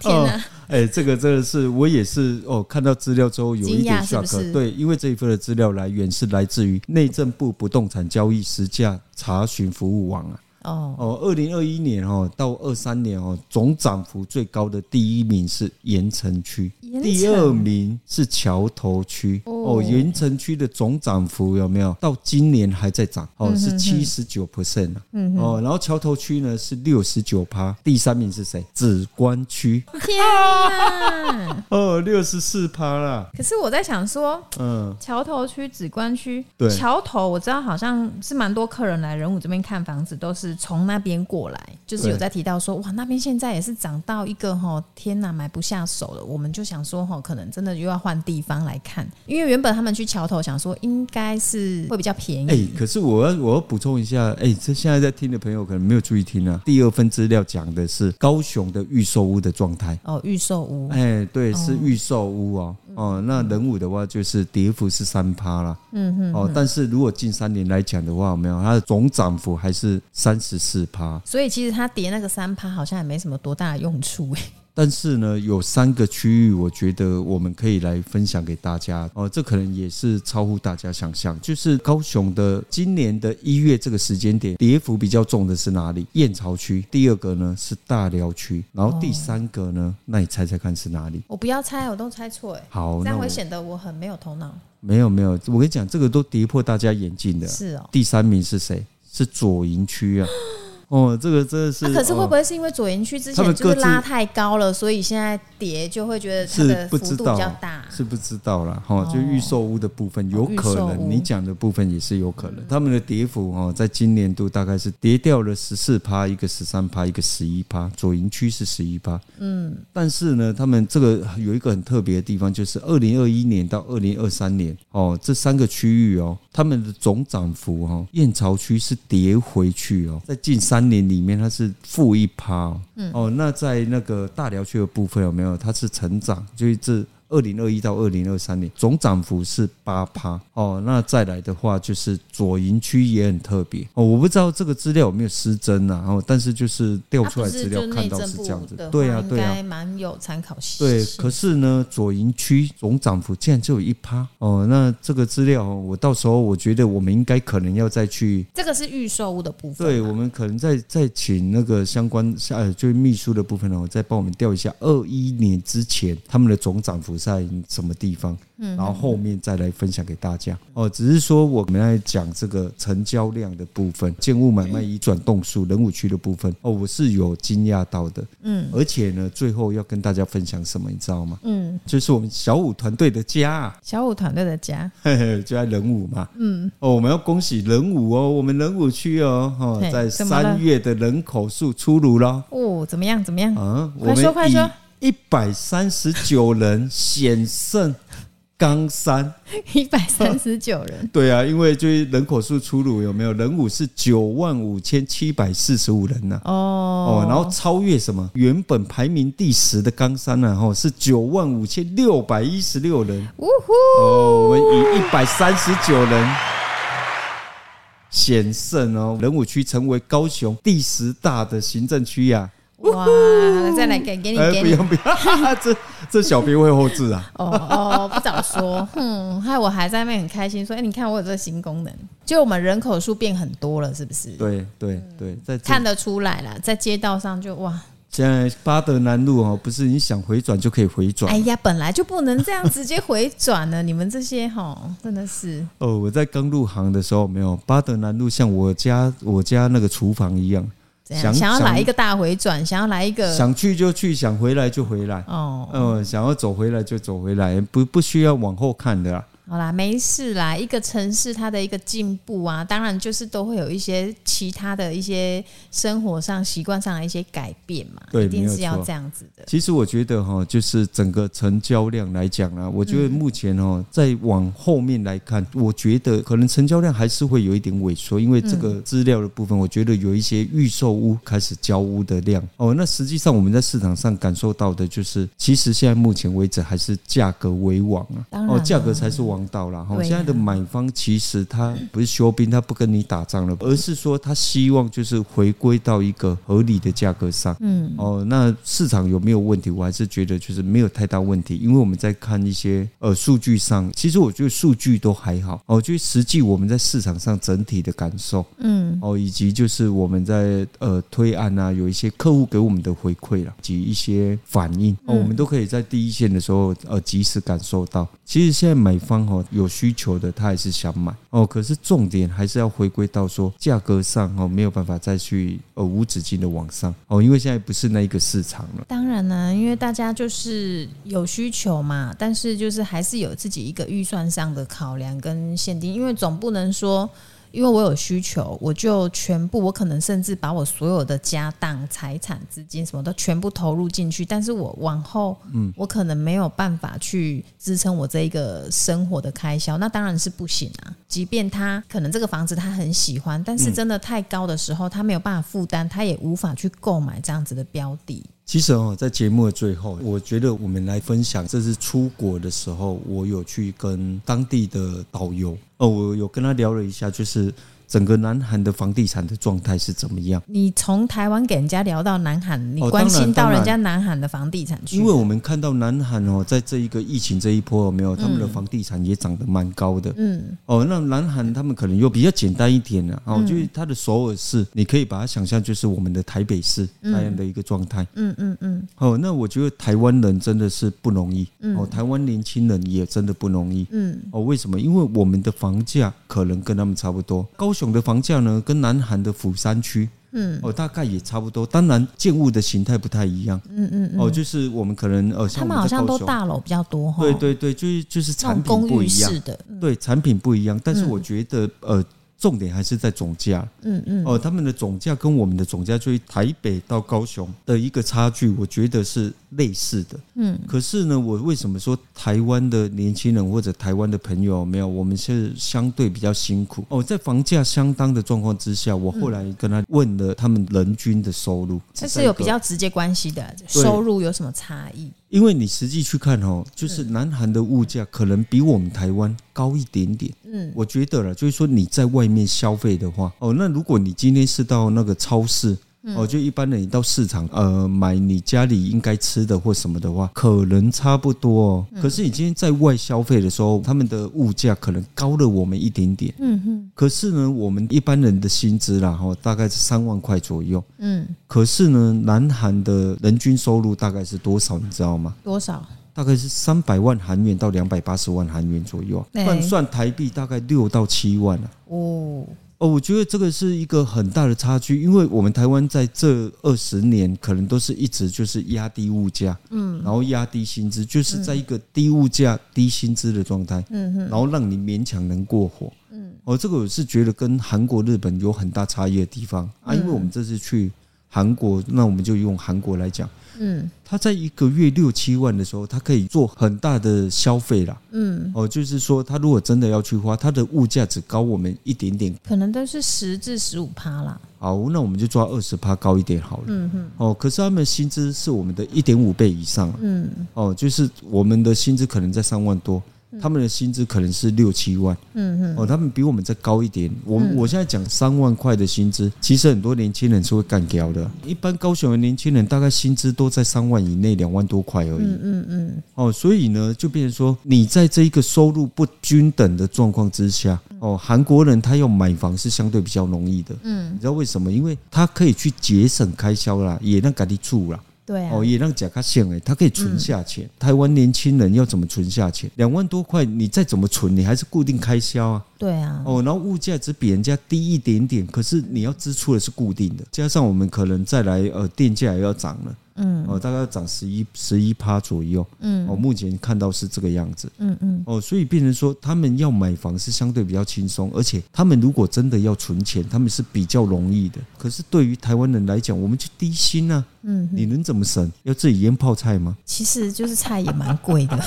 A: 天哪、
B: 哎、这个真的是我也是哦，看到资料之后有一点
A: 惊讶是
B: shock，
A: 不是
B: 对，因为这一份的资料来源是来自于内政部不动产交易实价查询服务网啊。
A: 哦，
B: 哦，二零二一年哦到二三年哦，总涨幅最高的第一名是盐城区，
A: 盐
B: 第
A: 城
B: 二名是桥头区。
A: 哦
B: 哦，盐城区的总涨幅有没有到今年还在涨？
A: 嗯
B: 哦，是七十九 percent 啊。哦，然后桥头区呢是六十九趴，第三名是谁？紫关区。
A: 天哪、
B: 哦，六十四趴啦，
A: 可是我在想说，
B: 嗯，
A: 桥头区、紫关区
B: 对，
A: 桥头我知道好像是蛮多客人来人武这边看房子，都是从那边过来，就是有
B: 对
A: 在提到说，哇，那边现在也是涨到一个吼，天哪，买不下手了。我们就想说，吼，可能真的又要换地方来看，因为原本他们去桥头想说应该是会比较便
B: 哎、
A: 宜，
B: 可是我要我要补充一下，哎、这现在在听的朋友可能没有注意听啊。第二份资料讲的是高雄的预售屋的状态。
A: 哦，预售屋，
B: 哎、对，是预售屋哦，哦，那人五的话就是跌幅是三趴啦，嗯哼，哦，但是如果近三年来讲的话，有没有它的总涨幅还是三十四趴，
A: 所以其实它叠那个三趴好像也没什么多大的用处、 哎，
B: 但是呢，有三个区域，我觉得我们可以来分享给大家哦。这可能也是超乎大家想象，就是高雄的今年的一月这个时间点，跌幅比较重的是哪里？燕巢区，第二个呢是大寮区，然后第三个呢，那你猜猜看是哪里？
A: 我不要猜，我都猜错、哎，
B: 好，
A: 这
B: 哦那
A: 样
B: 我
A: 会显得我很没有头脑。
B: 没有没有，我跟你讲，这个都跌破大家眼镜的。
A: 是哦，
B: 第三名是谁？是左营区啊。哦，这个真的是。
A: 那、啊可是会
B: 哦
A: 不会是因为左营区之
B: 他
A: 前
B: 们
A: 就
B: 各
A: 是
B: 自
A: 拉太高了，所以现在叠就会觉得它
B: 是
A: 的
B: 不
A: 幅
B: 知
A: 度
B: 道
A: 比较大？
B: 是不知道啦，哈、
A: 啊哦
B: 就预售屋的部分有
A: 预
B: 可
A: 售
B: 能，
A: 屋
B: 你讲的部分也是有可能，他们的跌幅哦，在今年度大概是跌掉了十四趴，一个十三趴，一个十一趴，左营区是十一趴，嗯，但是呢，他们这个有一个很特别的地方，就是二零二一年到二零二三年哦，这三个区域哦，他们的总涨幅哦，燕巢区是跌回去哦，在近三年里面它是负一趴哦，
A: 嗯
B: 哦，那在那个大寮区的部分有没有？它是成长，就是这二零二一到二零二三年总涨幅是八趴哦。那再来的话就是左营区也很特别哦，我不知道这个资料有没有失真啊，哦，但是就是调
A: 啊
B: 出来
A: 不是
B: 资料
A: 就内
B: 看到
A: 政
B: 是
A: 部
B: 这样子
A: 的，话
B: 对啊，
A: 应
B: 对啊。
A: 该蛮有参考性。
B: 对，可是呢，左营区总涨幅竟然只有一趴哦。那这个资料哦，我到时候我觉得我们应该可能要再去
A: 这个是预售屋的部分嘛。啊
B: 对，我们可能再再请那个相关下呃，就是秘书的部分哦，再帮我们调一下二一年之前他们的总涨幅在什么地方，嗯，然后后面再来分享给大家哦。只是说我们来讲这个成交量的部分，建物买卖移转动数、人武区的部分哦，我是有惊讶到的，嗯，而且呢，最后要跟大家分享什么，你知道吗？
A: 嗯，
B: 就是我们小五团队的家啊、
A: 小五团队的家，
B: 嘿嘿， 就在仁武嘛。嗯，哦，我们要恭喜仁武哦，我们仁武区哦，哦，
A: 嘿
B: 在
A: 怎么了
B: 三月的人口数出炉了。
A: 哦，怎么样？怎么样？
B: 啊，我
A: 快说快
B: 们
A: 说
B: 以一百三十九人险胜冈山。
A: 一百三十九人，
B: 对啊，因为就是人口数出炉，有没有？人武是九万五千七百四十五人呐、
A: 哦
B: 哦，然后超越什么？原本排名第十的冈山呢、啊，哦，是九万五千六百一十六人。
A: 呜呼，
B: 哦，我们以一百三十九人险胜哦，仁武区成为高雄第十大的行政区呀、
A: 哇，再来给给你给
B: 哎不
A: 你。
B: 用 不用，这这小编会后置 啊。
A: 哦哦，不早 说，哼，害我还在那边很开心，说，哎、你看我有这个新功能，就我们人口数变很多了，是不是？
B: 对对对，在这
A: 看得出来啦，在街道上就哇，
B: 现在八德南路哦，不是你想回转就可以回转
A: 哎呀，本来就不能这样直接回转了，你们这些哈，真的是
B: 哦。我在刚入行的时候，没有八德南路像我家我家那个厨房一样，
A: 怎样？想要来一个大回转，想要来一个
B: 想去就去，想回来就回来，
A: 呃哦，
B: 嗯，想要走回来就走回来，不不需要往后看的啦。啊
A: 好啦，没事啦。一个城市它的一个进步啊，当然就是都会有一些其他的一些生活上、习惯上的一些改变嘛，
B: 对
A: 一定是
B: 没有
A: 要
B: 错
A: 这样子的。
B: 其实我觉得哈，就是整个成交量来讲
A: 嗯
B: 啦，我觉得目前哦，再往后面来看，我觉得可能成交量还是会有一点萎缩，因为这个资料的部分，我觉得有一些预售屋开始交屋的量
A: 嗯
B: 哦。那实际上我们在市场上感受到的就是，其实现在目前为止还是价格为王啊
A: 当，然
B: 哦，
A: 啦
B: 价格才是王道啦。哈、哦
A: 对啊
B: 现在的买方其实他不是休兵，他不跟你打仗了，而是说他希望就是回归到一个合理的价格上。
A: 嗯，
B: 哦，那市场有没有问题？我还是觉得就是没有太大问题，因为我们在看一些呃数据上，其实我觉得数据都还好哦，就是实际我们在市场上整体的感受，嗯，哦，以及就是我们在呃推案啊，有一些客户给我们的回馈啦，及一些反应哦，我们都可以在第一线的时候呃及时感受到。其实现在买方哦有需求的，他还是想买哦，可是重点还是要回归到说价格上哦，没有办法再去呃无止境的往上哦，因为现在不是那一个市场了。
A: 当然呢，因为大家就是有需求嘛，但是就是还是有自己一个预算上的考量跟限定，因为总不能说因为我有需求，我就全部，我可能甚至把我所有的家当、财产、资金什么都全部投入进去，但是我往后，嗯，我可能没有办法去支撑我这一个生活的开销，那当然是不行啊。即便他可能这个房子他很喜欢，但是真的太高的时候，他没有办法负担，他也无法去购买这样子的标的。
B: 其实哦，在节目的最后，我觉得我们来分享，这次出国的时候，我有去跟当地的导游，哦，我有跟他聊了一下，就是整个南韩的房地产的状态是怎么样。
A: 你从台湾给人家聊到南韩，你
B: 哦
A: 关心
B: 当
A: 到
B: 然
A: 人家南韩的房地产去了，
B: 因为我们看到南韩哦，在这一个疫情这一波哦有没有，他们的房地产也涨得蛮高的。
A: 嗯，
B: 哦，那南韩他们可能又比较简单一点了、啊、哦，就是它的首尔市，你可以把它想象就是我们的台北市那样的一个状态。
A: 嗯嗯嗯，
B: 哦，那我觉得台湾人真的是不容易，哦，台湾年轻人也真的不容易，
A: 嗯，
B: 哦，为什么？因为我们的房价可能跟他们差不多，高雄的房价呢，跟南韩的釜山区，嗯，哦，大概也差不多，当然建物的形态不太一样，嗯嗯，哦，就是我们可能呃，像
A: 他
B: 我
A: 们好
B: 在
A: 像
B: 高
A: 都
B: 雄，
A: 大楼比较多哈，
B: 对对对，就是就是
A: 那
B: 产
A: 种公
B: 品不
A: 寓
B: 一样
A: 式，嗯的，嗯
B: 对，产品不一样，但是我觉得、呃。重点还是在总价，
A: 嗯嗯，
B: 哦，他们的总价跟我们的总价，就是台北到高雄的一个差距，我觉得是类似的。嗯，可是呢，我为什么说台湾的年轻人或者台湾的朋友没有？我们是相对比较辛苦哦，在房价相当的状况之下，我后来跟他问了他们人均的收入，
A: 这
B: 在
A: 嗯是
B: 一
A: 有
B: 个
A: 比较直接关系的，收入有什么差异？
B: 因为你实际去看哦，就是
A: 嗯
B: 南韩的物价可能比我们台湾高一点点。
A: 嗯，
B: 我觉得了，就是说你在外面消费的话，哦，那如果你今天是到那个超市。
A: 嗯
B: 哦，就一般的，你到市场，呃，买你家里应该吃的或什么的话，可能差不多哦。
A: 嗯
B: 可是你今天在外消费的时候，他们的物价可能高了我们一点点。
A: 嗯哼，
B: 可是呢，我们一般人的薪资啦，哈、哦，大概是三万块左右。
A: 嗯，
B: 可是呢，南韩的人均收入大概是多少，你知道吗？
A: 多少？
B: 大概是三百万韩元到两百八十万韩元左右啊，
A: 对
B: 换算台币大概六到七万啊。
A: 哦，
B: 哦，我觉得这个是一个很大的差距，因为我们台湾在这二十年可能都是一直就是压低物价，嗯，然后压低薪资，就是在一个低物价、低薪资的状态，嗯然后让你勉强能过活，嗯，哦，这个我是觉得跟韩国、日本有很大差异的地方啊，因为我们这次去韩国，那我们就用韩国来讲。
A: 嗯
B: 他在一个月六七万的时候，他可以做很大的消费啦。
A: 嗯，
B: 哦，就是说，他如果真的要去花，他的物价只高我们一点点。
A: 可能都是十至十五趴啦。
B: 好，那我们就抓二十趴高一点好了。
A: 嗯哼，
B: 哦，可是他们的薪资是我们的一点五倍以上啊。
A: 嗯
B: 哦，就是我们的薪资可能在三万多，他们的薪资可能是六七万。
A: 嗯哼，
B: 哦，他们比我们再高一点。我、我现在讲三万块的薪资，其实很多年轻人是会干掉的。一般高雄的年轻人大概薪资都在三万以内，两万多块而已。
A: 嗯嗯嗯，
B: 哦，所以呢，就变成说，你在这一个收入不均等的状况之下，哦，韩国人他要买房是相对比较容易的，嗯，你知道为什么？因为他可以去节省开销啦，也让家己住啦，
A: 对啊
B: 哦，，也让甲卡现哎，他可以存下钱。台湾年轻人要怎么存下钱？两万多块，你再怎么存，你还是固定开销啊，
A: 对啊，
B: 哦，然后物价只比人家低一点点，可是你要支出的是固定的，加上我们可能再来呃，电价也要涨了。
A: 嗯
B: 哦，大概要涨十一十一趴左右。
A: 嗯，
B: 哦，目前看到是这个样子。
A: 嗯嗯
B: 哦，所以变成说，他们要买房是相对比较轻松，而且他们如果真的要存钱，他们是比较容易的。可是对于台湾人来讲，我们就低薪啊，
A: 嗯，
B: 你能怎么省？要自己腌泡菜吗？
A: 其实就是菜也蛮贵 的。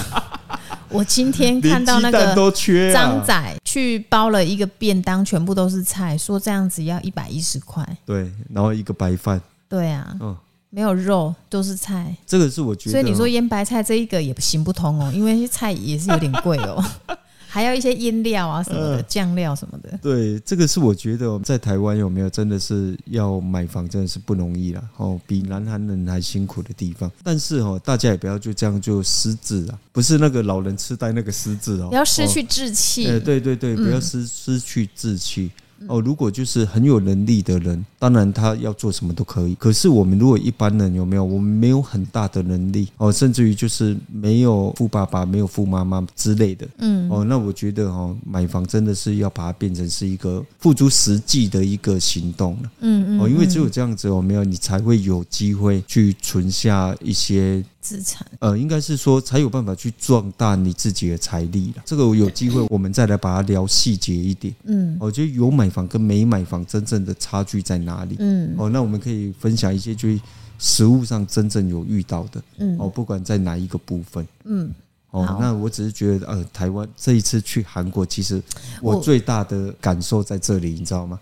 A: 我今天看到那个
B: 都缺啊
A: 张仔去包了一个便当，全部都是菜，说这样子要一百一十块。
B: 对，然后一个白饭，
A: 对啊，
B: 嗯，
A: 没有肉都是菜，
B: 这个是我觉得。哦
A: 所以你说腌白菜这一个也行不通哦，因为菜也是有点贵 哦，还要一些腌料啊什么
B: 嗯
A: 的，酱料什么的。
B: 对，这个是我觉得在台湾有没有真的是要买房真的是不容易啦，哦，比南韩人还辛苦的地方。但是哦，大家也不要就这样就失智啊，不是那个老人痴呆那个失智哦，
A: 不要失
B: 哦
A: 去嗯志气。
B: 呃，对对对，不要失、失去志气。
A: 嗯
B: 哦，如果就是很有能力的人，当然他要做什么都可以。可是我们如果一般人有没有，我们没有很大的能力哦，甚至于就是没有富爸爸、没有富妈妈之类的，
A: 嗯，
B: 哦，那我觉得哦，买房真的是要把它变成是一个付诸实际的一个行动了。
A: 嗯嗯
B: 哦哦，因为只有这样子哦，没有你才会有机会去存下一些
A: 资产？
B: 呃，应该是说才有办法去壮大你自己的财力了。这个有机会我们再来把它聊细节一点。
A: 嗯
B: 我觉得有买房跟没买房真正的差距在哪里？
A: 嗯
B: 哦，那我们可以分享一些就是实物上真正有遇到的哦，
A: 嗯
B: 不管在哪一个部分。
A: 嗯，
B: 哦
A: 好，
B: 那我只是觉得，呃，台湾这一次去韩国，其实
A: 我嗯
B: 我最大的感受在这里，你知道吗？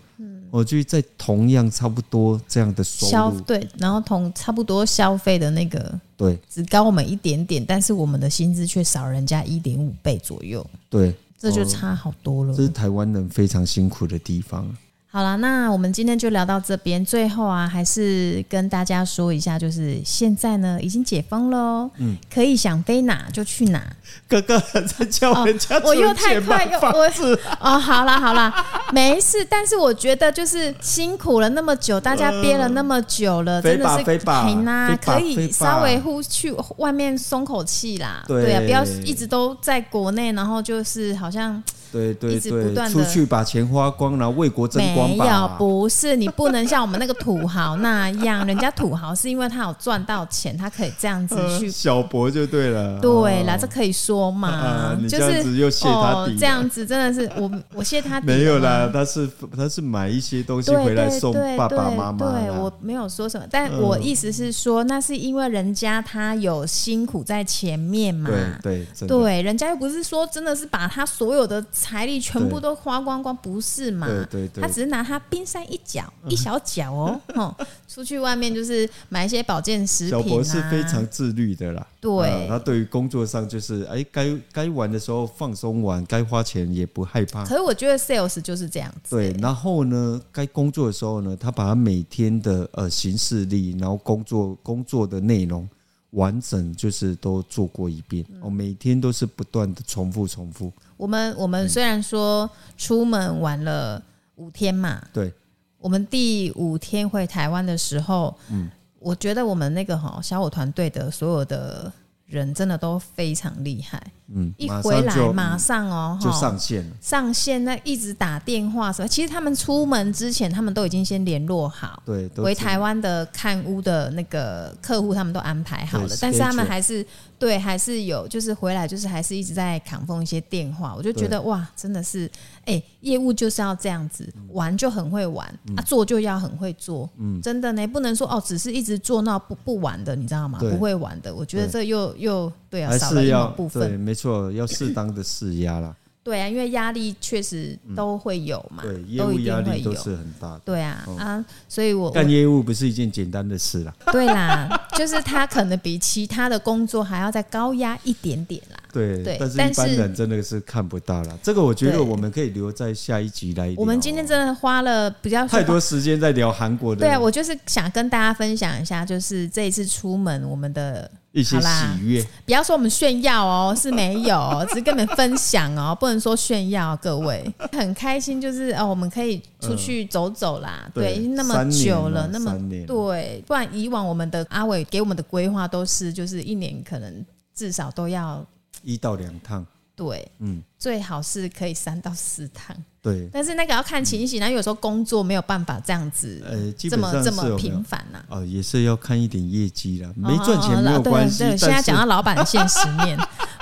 B: 我就是在同样差不多这样的收
A: 消
B: 入，
A: 对，然后同差不多消费的那个
B: 对
A: 只高我们一点点，但是我们的薪资却少人家一点五倍左右，
B: 对，
A: 这就
B: 哦
A: 差好多了。
B: 这是台湾人非常辛苦的地方。啊
A: 好啦，那我们今天就聊到这边。最后啊，还是跟大家说一下，就是现在呢已经解封喽，
B: 嗯
A: 可以想飞哪就去 哪。
B: 哥哥在叫人家、
A: 哦我又太快又我 哦，好啦好啦，没事。但是我觉得就是辛苦了那么久，大家憋了那么久了，
B: 飞
A: 真的
B: 吧
A: 是
B: 呃飞吧
A: 很呐，
B: 飞吧
A: 可以
B: 飞吧
A: 稍微呼去外面松口气啦。
B: 对
A: 对啊，不要一直都在国内，然后就是好像
B: 对对
A: 一直不断
B: 对，
A: 地
B: 出去把钱花光了，为国争
A: 没
B: 光
A: 有
B: 吧，。
A: 不是你不能像我们那个土豪那样，人家土豪是因为他有赚到钱，他可以这样子
B: 呃
A: 去。
B: 小博就对了，
A: 对啦，
B: 哦
A: 这可以说嘛
B: 啊，你
A: 就
B: 这样
A: 是
B: 子又谢他
A: 哦
B: 底，了
A: 这样子真的是我我谢他底
B: 没有
A: 了
B: 啦
A: 吗，
B: 他是他是买一些东西
A: 对
B: 回
A: 对
B: 来
A: 对
B: 送
A: 对
B: 爸爸妈妈啦。嗯
A: 对，我没有说什么，但我意思是说，那是因为人家他有辛苦在前面嘛。
B: 对对，真的
A: 对，人家又不是说真的是把他所有的财力全部都花光光，不是嘛？
B: 对对对
A: 他只是拿他冰山一角，一小角 哦，吼，出去外面就是买一些保健食品、啊。
B: 小博是非常自律的啦。
A: 对
B: 啊他对于工作上就是，哎，该该玩的时候放松玩，该花钱也不害怕。
A: 可是我觉得 sales 就是这样子、
B: 对，然后呢，该工作的时候呢，他把他每天的呃行事历，然后工作工作的内容完整就是都做过一遍，
A: 嗯
B: 哦，每天都是不断的重复重复。
A: 我们我们虽然说出门玩了五天嘛，
B: 对，
A: 我们第五天回台湾的时候，嗯，我觉得我们那个哈小我团队的所有的人真的都非常厉害，
B: 嗯，
A: 一
B: 马
A: 回
B: 上
A: 来
B: 就
A: 马上哦，
B: 就
A: 哈
B: 上线了。
A: 上线那一直打电话什么，其实他们出门之前他们都已经先联络好。
B: 对，都
A: 回
B: 知
A: 台湾的看屋的那个客户，他们都安排好了
B: 对，
A: 但是他们
B: schedule
A: 还是对，还是有就是回来就是还是一直在扛风一些电话，我就觉得哇，真的是哎、业务就是要这样子，
B: 嗯
A: 玩就很会玩，啊，做就要很会做，真的呢，不能说哦，只是一直做那不不玩的，你知道吗？
B: 对
A: 不会玩的，我觉得
B: 对
A: 这又又对啊，
B: 还
A: 少了
B: 是
A: 一小
B: 要
A: 部
B: 对，
A: 分，
B: 没错，要适当的释压啦。
A: 对啊，因为压力确实都会有嘛，
B: 嗯对，业
A: 都
B: 务
A: 一
B: 压
A: 定会
B: 力都
A: 有。
B: 是很大的。
A: 对啊，啊，所以我我
B: 干业务不是一件简单的事啦。
A: 对啦，就是他可能比其他的工作还要再高压一点点啦。
B: 对，
A: 对
B: 但是
A: 但
B: 一
A: 是
B: 般人真的是看不到啦。这个我觉
A: 对
B: 得我们可以留在下一集来聊。
A: 我们今天真的花了比较
B: 太多时间在聊韩国
A: 对啊，
B: 的
A: 我就是想跟大家分享一下，就是这一次出门，我们的
B: 一些
A: 好啦
B: 喜悦。
A: 不要说我们炫耀哦，是没有哦，只是跟你们分享哦，不能说炫耀哦，各位很开心，就是哦，我们可以出去走走啦，对，
B: 嗯对
A: 已经那么
B: 三年
A: 久
B: 了
A: 那么
B: 三年了
A: 对，不然以往我们的阿伟给我们的规划都是，就是一年可能至少都要
B: 一到两趟，
A: 对，
B: 嗯，
A: 最好是可以三到四趟，
B: 对，
A: 但是那个要看情形，那、有时候工作没有办法这样子，
B: 呃，基
A: 这
B: 本上
A: 么
B: 是
A: 这么
B: 有没有
A: 频繁呐、啊。
B: 哦，也是要看一点业绩啦，
A: 哦
B: 没赚钱没有关系
A: 对。对，现在
B: 但是
A: 讲到老板的现实面，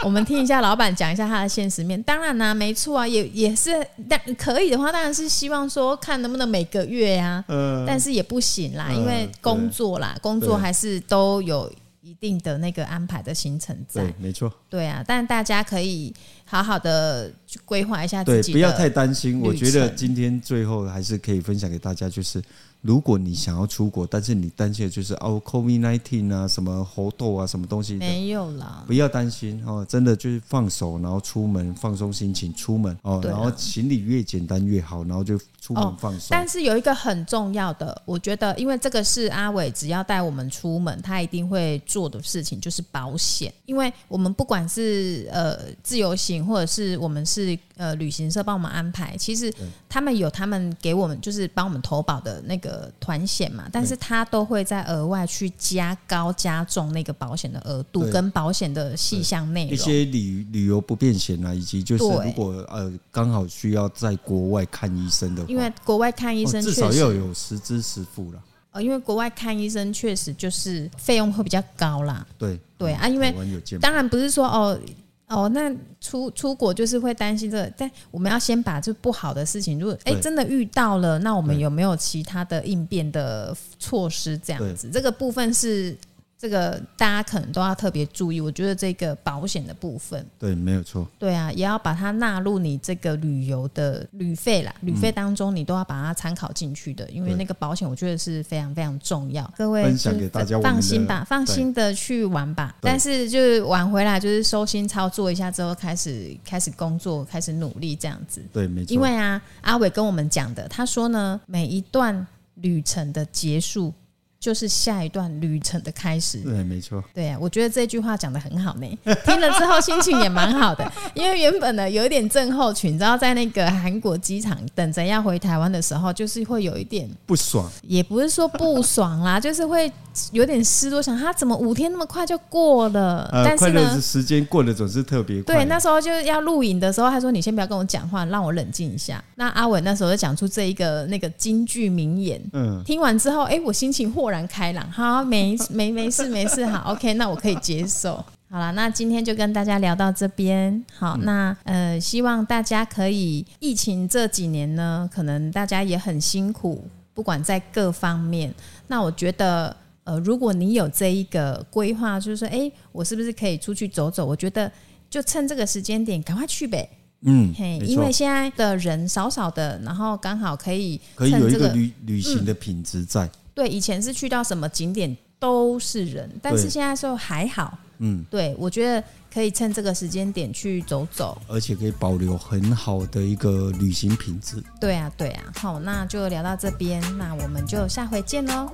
A: 我们听一下老板讲一下他的现实面。当然啦、没错啊，也也是，但可以的话，当然是希望说看能不能每个月呀、
B: 呃，
A: 但是也不行啦，
B: 嗯
A: 因为工作啦，工作还是都有一定的那个安排的行程在。
B: 对，没错，
A: 对啊，但大家可以好好的去规划一下自
B: 对，
A: 己的，
B: 不要太担心。我
A: 旅
B: 觉得
A: 程
B: 今天最后还是可以分享给大家，就是如果你想要出国，但是你担心的就是哦，COVID nineteen 啊，什么猴痘啊，什么东西的，
A: 没有啦，
B: 不要担心哦，真的就是放手，然后出门放松心情，出门哦，
A: 对啊
B: 然后行李越简单越好，然后就出
A: 哦
B: 门放松。
A: 但是有一个很重要的，我觉得，因为这个是阿伟只要带我们出门，他一定会做的事情就是保险。因为我们不管是呃自由行，或者是我们是呃旅行社帮我们安排，其实
B: 嗯
A: 他们有他们给我们就是帮我们投保的那个团险嘛，但是他都会在额外去加高加重那个保险的额度
B: 对
A: 跟保险的细项内
B: 一
A: 容。
B: 些旅旅游不便险啊，以及就是
A: 哦对
B: 如果呃刚好需要在国外看医生的话，
A: 因为国外看医生
B: 哦、
A: 确
B: 至
A: 实、
B: 少要有实支实付啦。
A: 呃，因为国外看医生确实就是费用会比较高啦。
B: 对
A: 对啊因为
B: 台湾有健保
A: 当然不是说哦哦，那出出国就是会担心这个，但我们要先把这不好的事情，如果哎、
B: 对
A: 真的遇到了，那我们
B: 对
A: 有没有其他的应变的措施？这样子，这个部分是这个大家可能都要特别注意。我觉得这个保险的部分，
B: 对，没有错，
A: 对啊，也要把它纳入你这个旅游的旅费啦，旅费当中你都要把它参考进去的，因为
B: 嗯对
A: 那个保险我觉得是非常非常重要。各位
B: 分享
A: 就是
B: 给大家我们的
A: 放心吧，放心的去玩吧。
B: 对
A: 但是就是玩回来就是收心操作一下之后，开始开始工作，开始努力这样子。
B: 对，没错，
A: 因为啊，阿伟跟我们讲的，他说呢，每一段旅程的结束就是下一段旅程的开始。
B: 对，没错，
A: 对啊，我觉得这句话讲的很好呢，听了之后心情也蛮好的，因为原本呢有一点症候群，你知道在那个韩国机场等着要回台湾的时候，就是会有一点，
B: 不爽，
A: 也不是说不爽啦，就是会有点失落，想他怎么五天那么快就过了，
B: 呃，
A: 但
B: 快
A: 是
B: 乐的
A: 呢。
B: 时间过得总是特别快，
A: 对，那时候就是要录影的时候，他说：“你先不要跟我讲话，让我冷静一下。”那阿伟那时候就讲出这一个那个京剧名言，
B: 嗯，
A: 听完之后，哎、我心情豁然开朗，好，没没没事没事，好，OK，那我可以接受。好啦，那今天就跟大家聊到这边。好，
B: 嗯
A: 那呃，希望大家可以，疫情这几年呢，可能大家也很辛苦，不管在各方面。那我觉得，呃，如果你有这一个规划，就是说，哎、我是不是可以出去走走？我觉得就趁这个时间点，赶快去呗。
B: 嗯，
A: 嘿，
B: 没
A: 因
B: 错
A: 为，现在的人少少的，然后刚好可以
B: 可以
A: 趁
B: 有一
A: 这
B: 个旅旅行的品质在，
A: 对，以前是去到什么景点都是人，但是
B: 对
A: 现在就还好。
B: 嗯，
A: 对，我觉得可以趁这个时间点去走走。
B: 而且可以保留很好的一个旅行品质。
A: 对啊，对啊。好，那就聊到这边，那我们就下回见喽。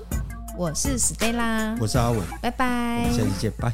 A: 我是 Stella，
B: 我是阿伟，
A: 拜
B: 我
A: 拜
B: 们。下期见，拜。